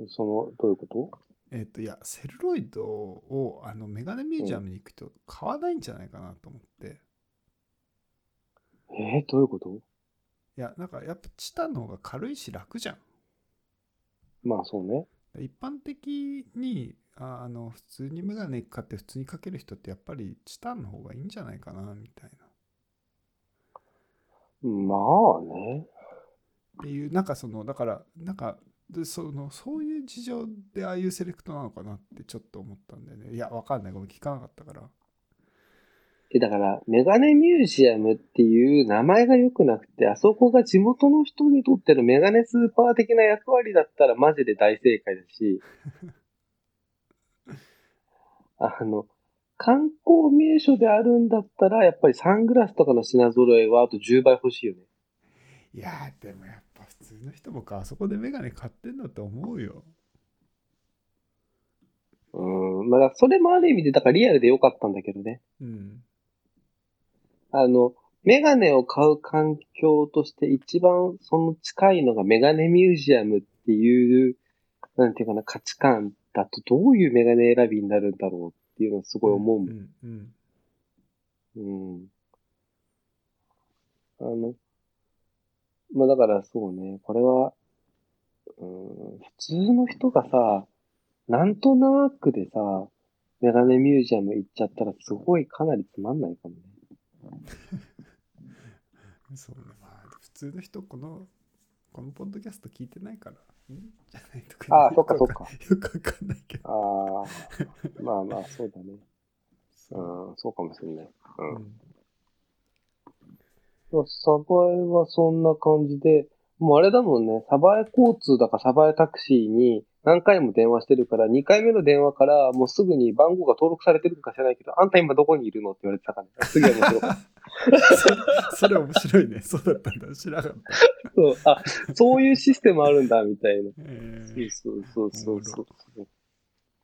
その、どういうことえっ、と、いや、セルロイドをあのメガネミュージアムに行くと買わないんじゃないかなと思って。えー、どういうこといや、なんかやっぱチタンの方が軽いし楽じゃん。まあそうね。一般的にああの普通にメガネ買って普通にかける人ってやっぱりチタンの方がいいんじゃないかなみたいな。まあね。っていうなんかそのだからなんかでそのそういう事情でああいうセレクトなのかなってちょっと思ったんだよね。いやわかんないごめん聞かなかったから。で、だから、メガネミュージアムっていう名前が良くなくて、あそこが地元の人にとってのメガネスーパー的な役割だったらマジで大正解だし、あの、観光名所であるんだったら、やっぱりサングラスとかの品揃えはあと10倍欲しいよね。いやーでもやっぱ普通の人僕あそこでメガネ買ってんだと思うよ。うん、まあだからそれもある意味で、だからリアルで良かったんだけどね。うん。あの、メガネを買う環境として一番その近いのがメガネミュージアムっていう、なんていうかな、価値観だとどういうメガネ選びになるんだろうっていうのはすごい思うもんうんうん。うん。あの、まあだからそうね、これは、うん、普通の人がさ、なんとなくでさ、メガネミュージアム行っちゃったらすごいかなりつまんないかもね。そうね。まあ普通の人このこのポッドキャスト聞いてないからいいんじゃないとか。あーそっかそっか。よくわかんないけど。ああ、まあ まあそうだね。うん、そうかもしれない。うんうんサバエはそんな感じで、もうあれだもんね、サバエ交通だかサバエタクシーに何回も電話してるから、2回目の電話からもうすぐに番号が登録されてるか知らないけど、あんた今どこにいるのって言われてたから、ね、すげえ面白 かった。そ それ面白いね。そうだったんだ。知らなかった。そう、あ、そういうシステムあるんだ、みたいな。えーそうそうそうそうそう。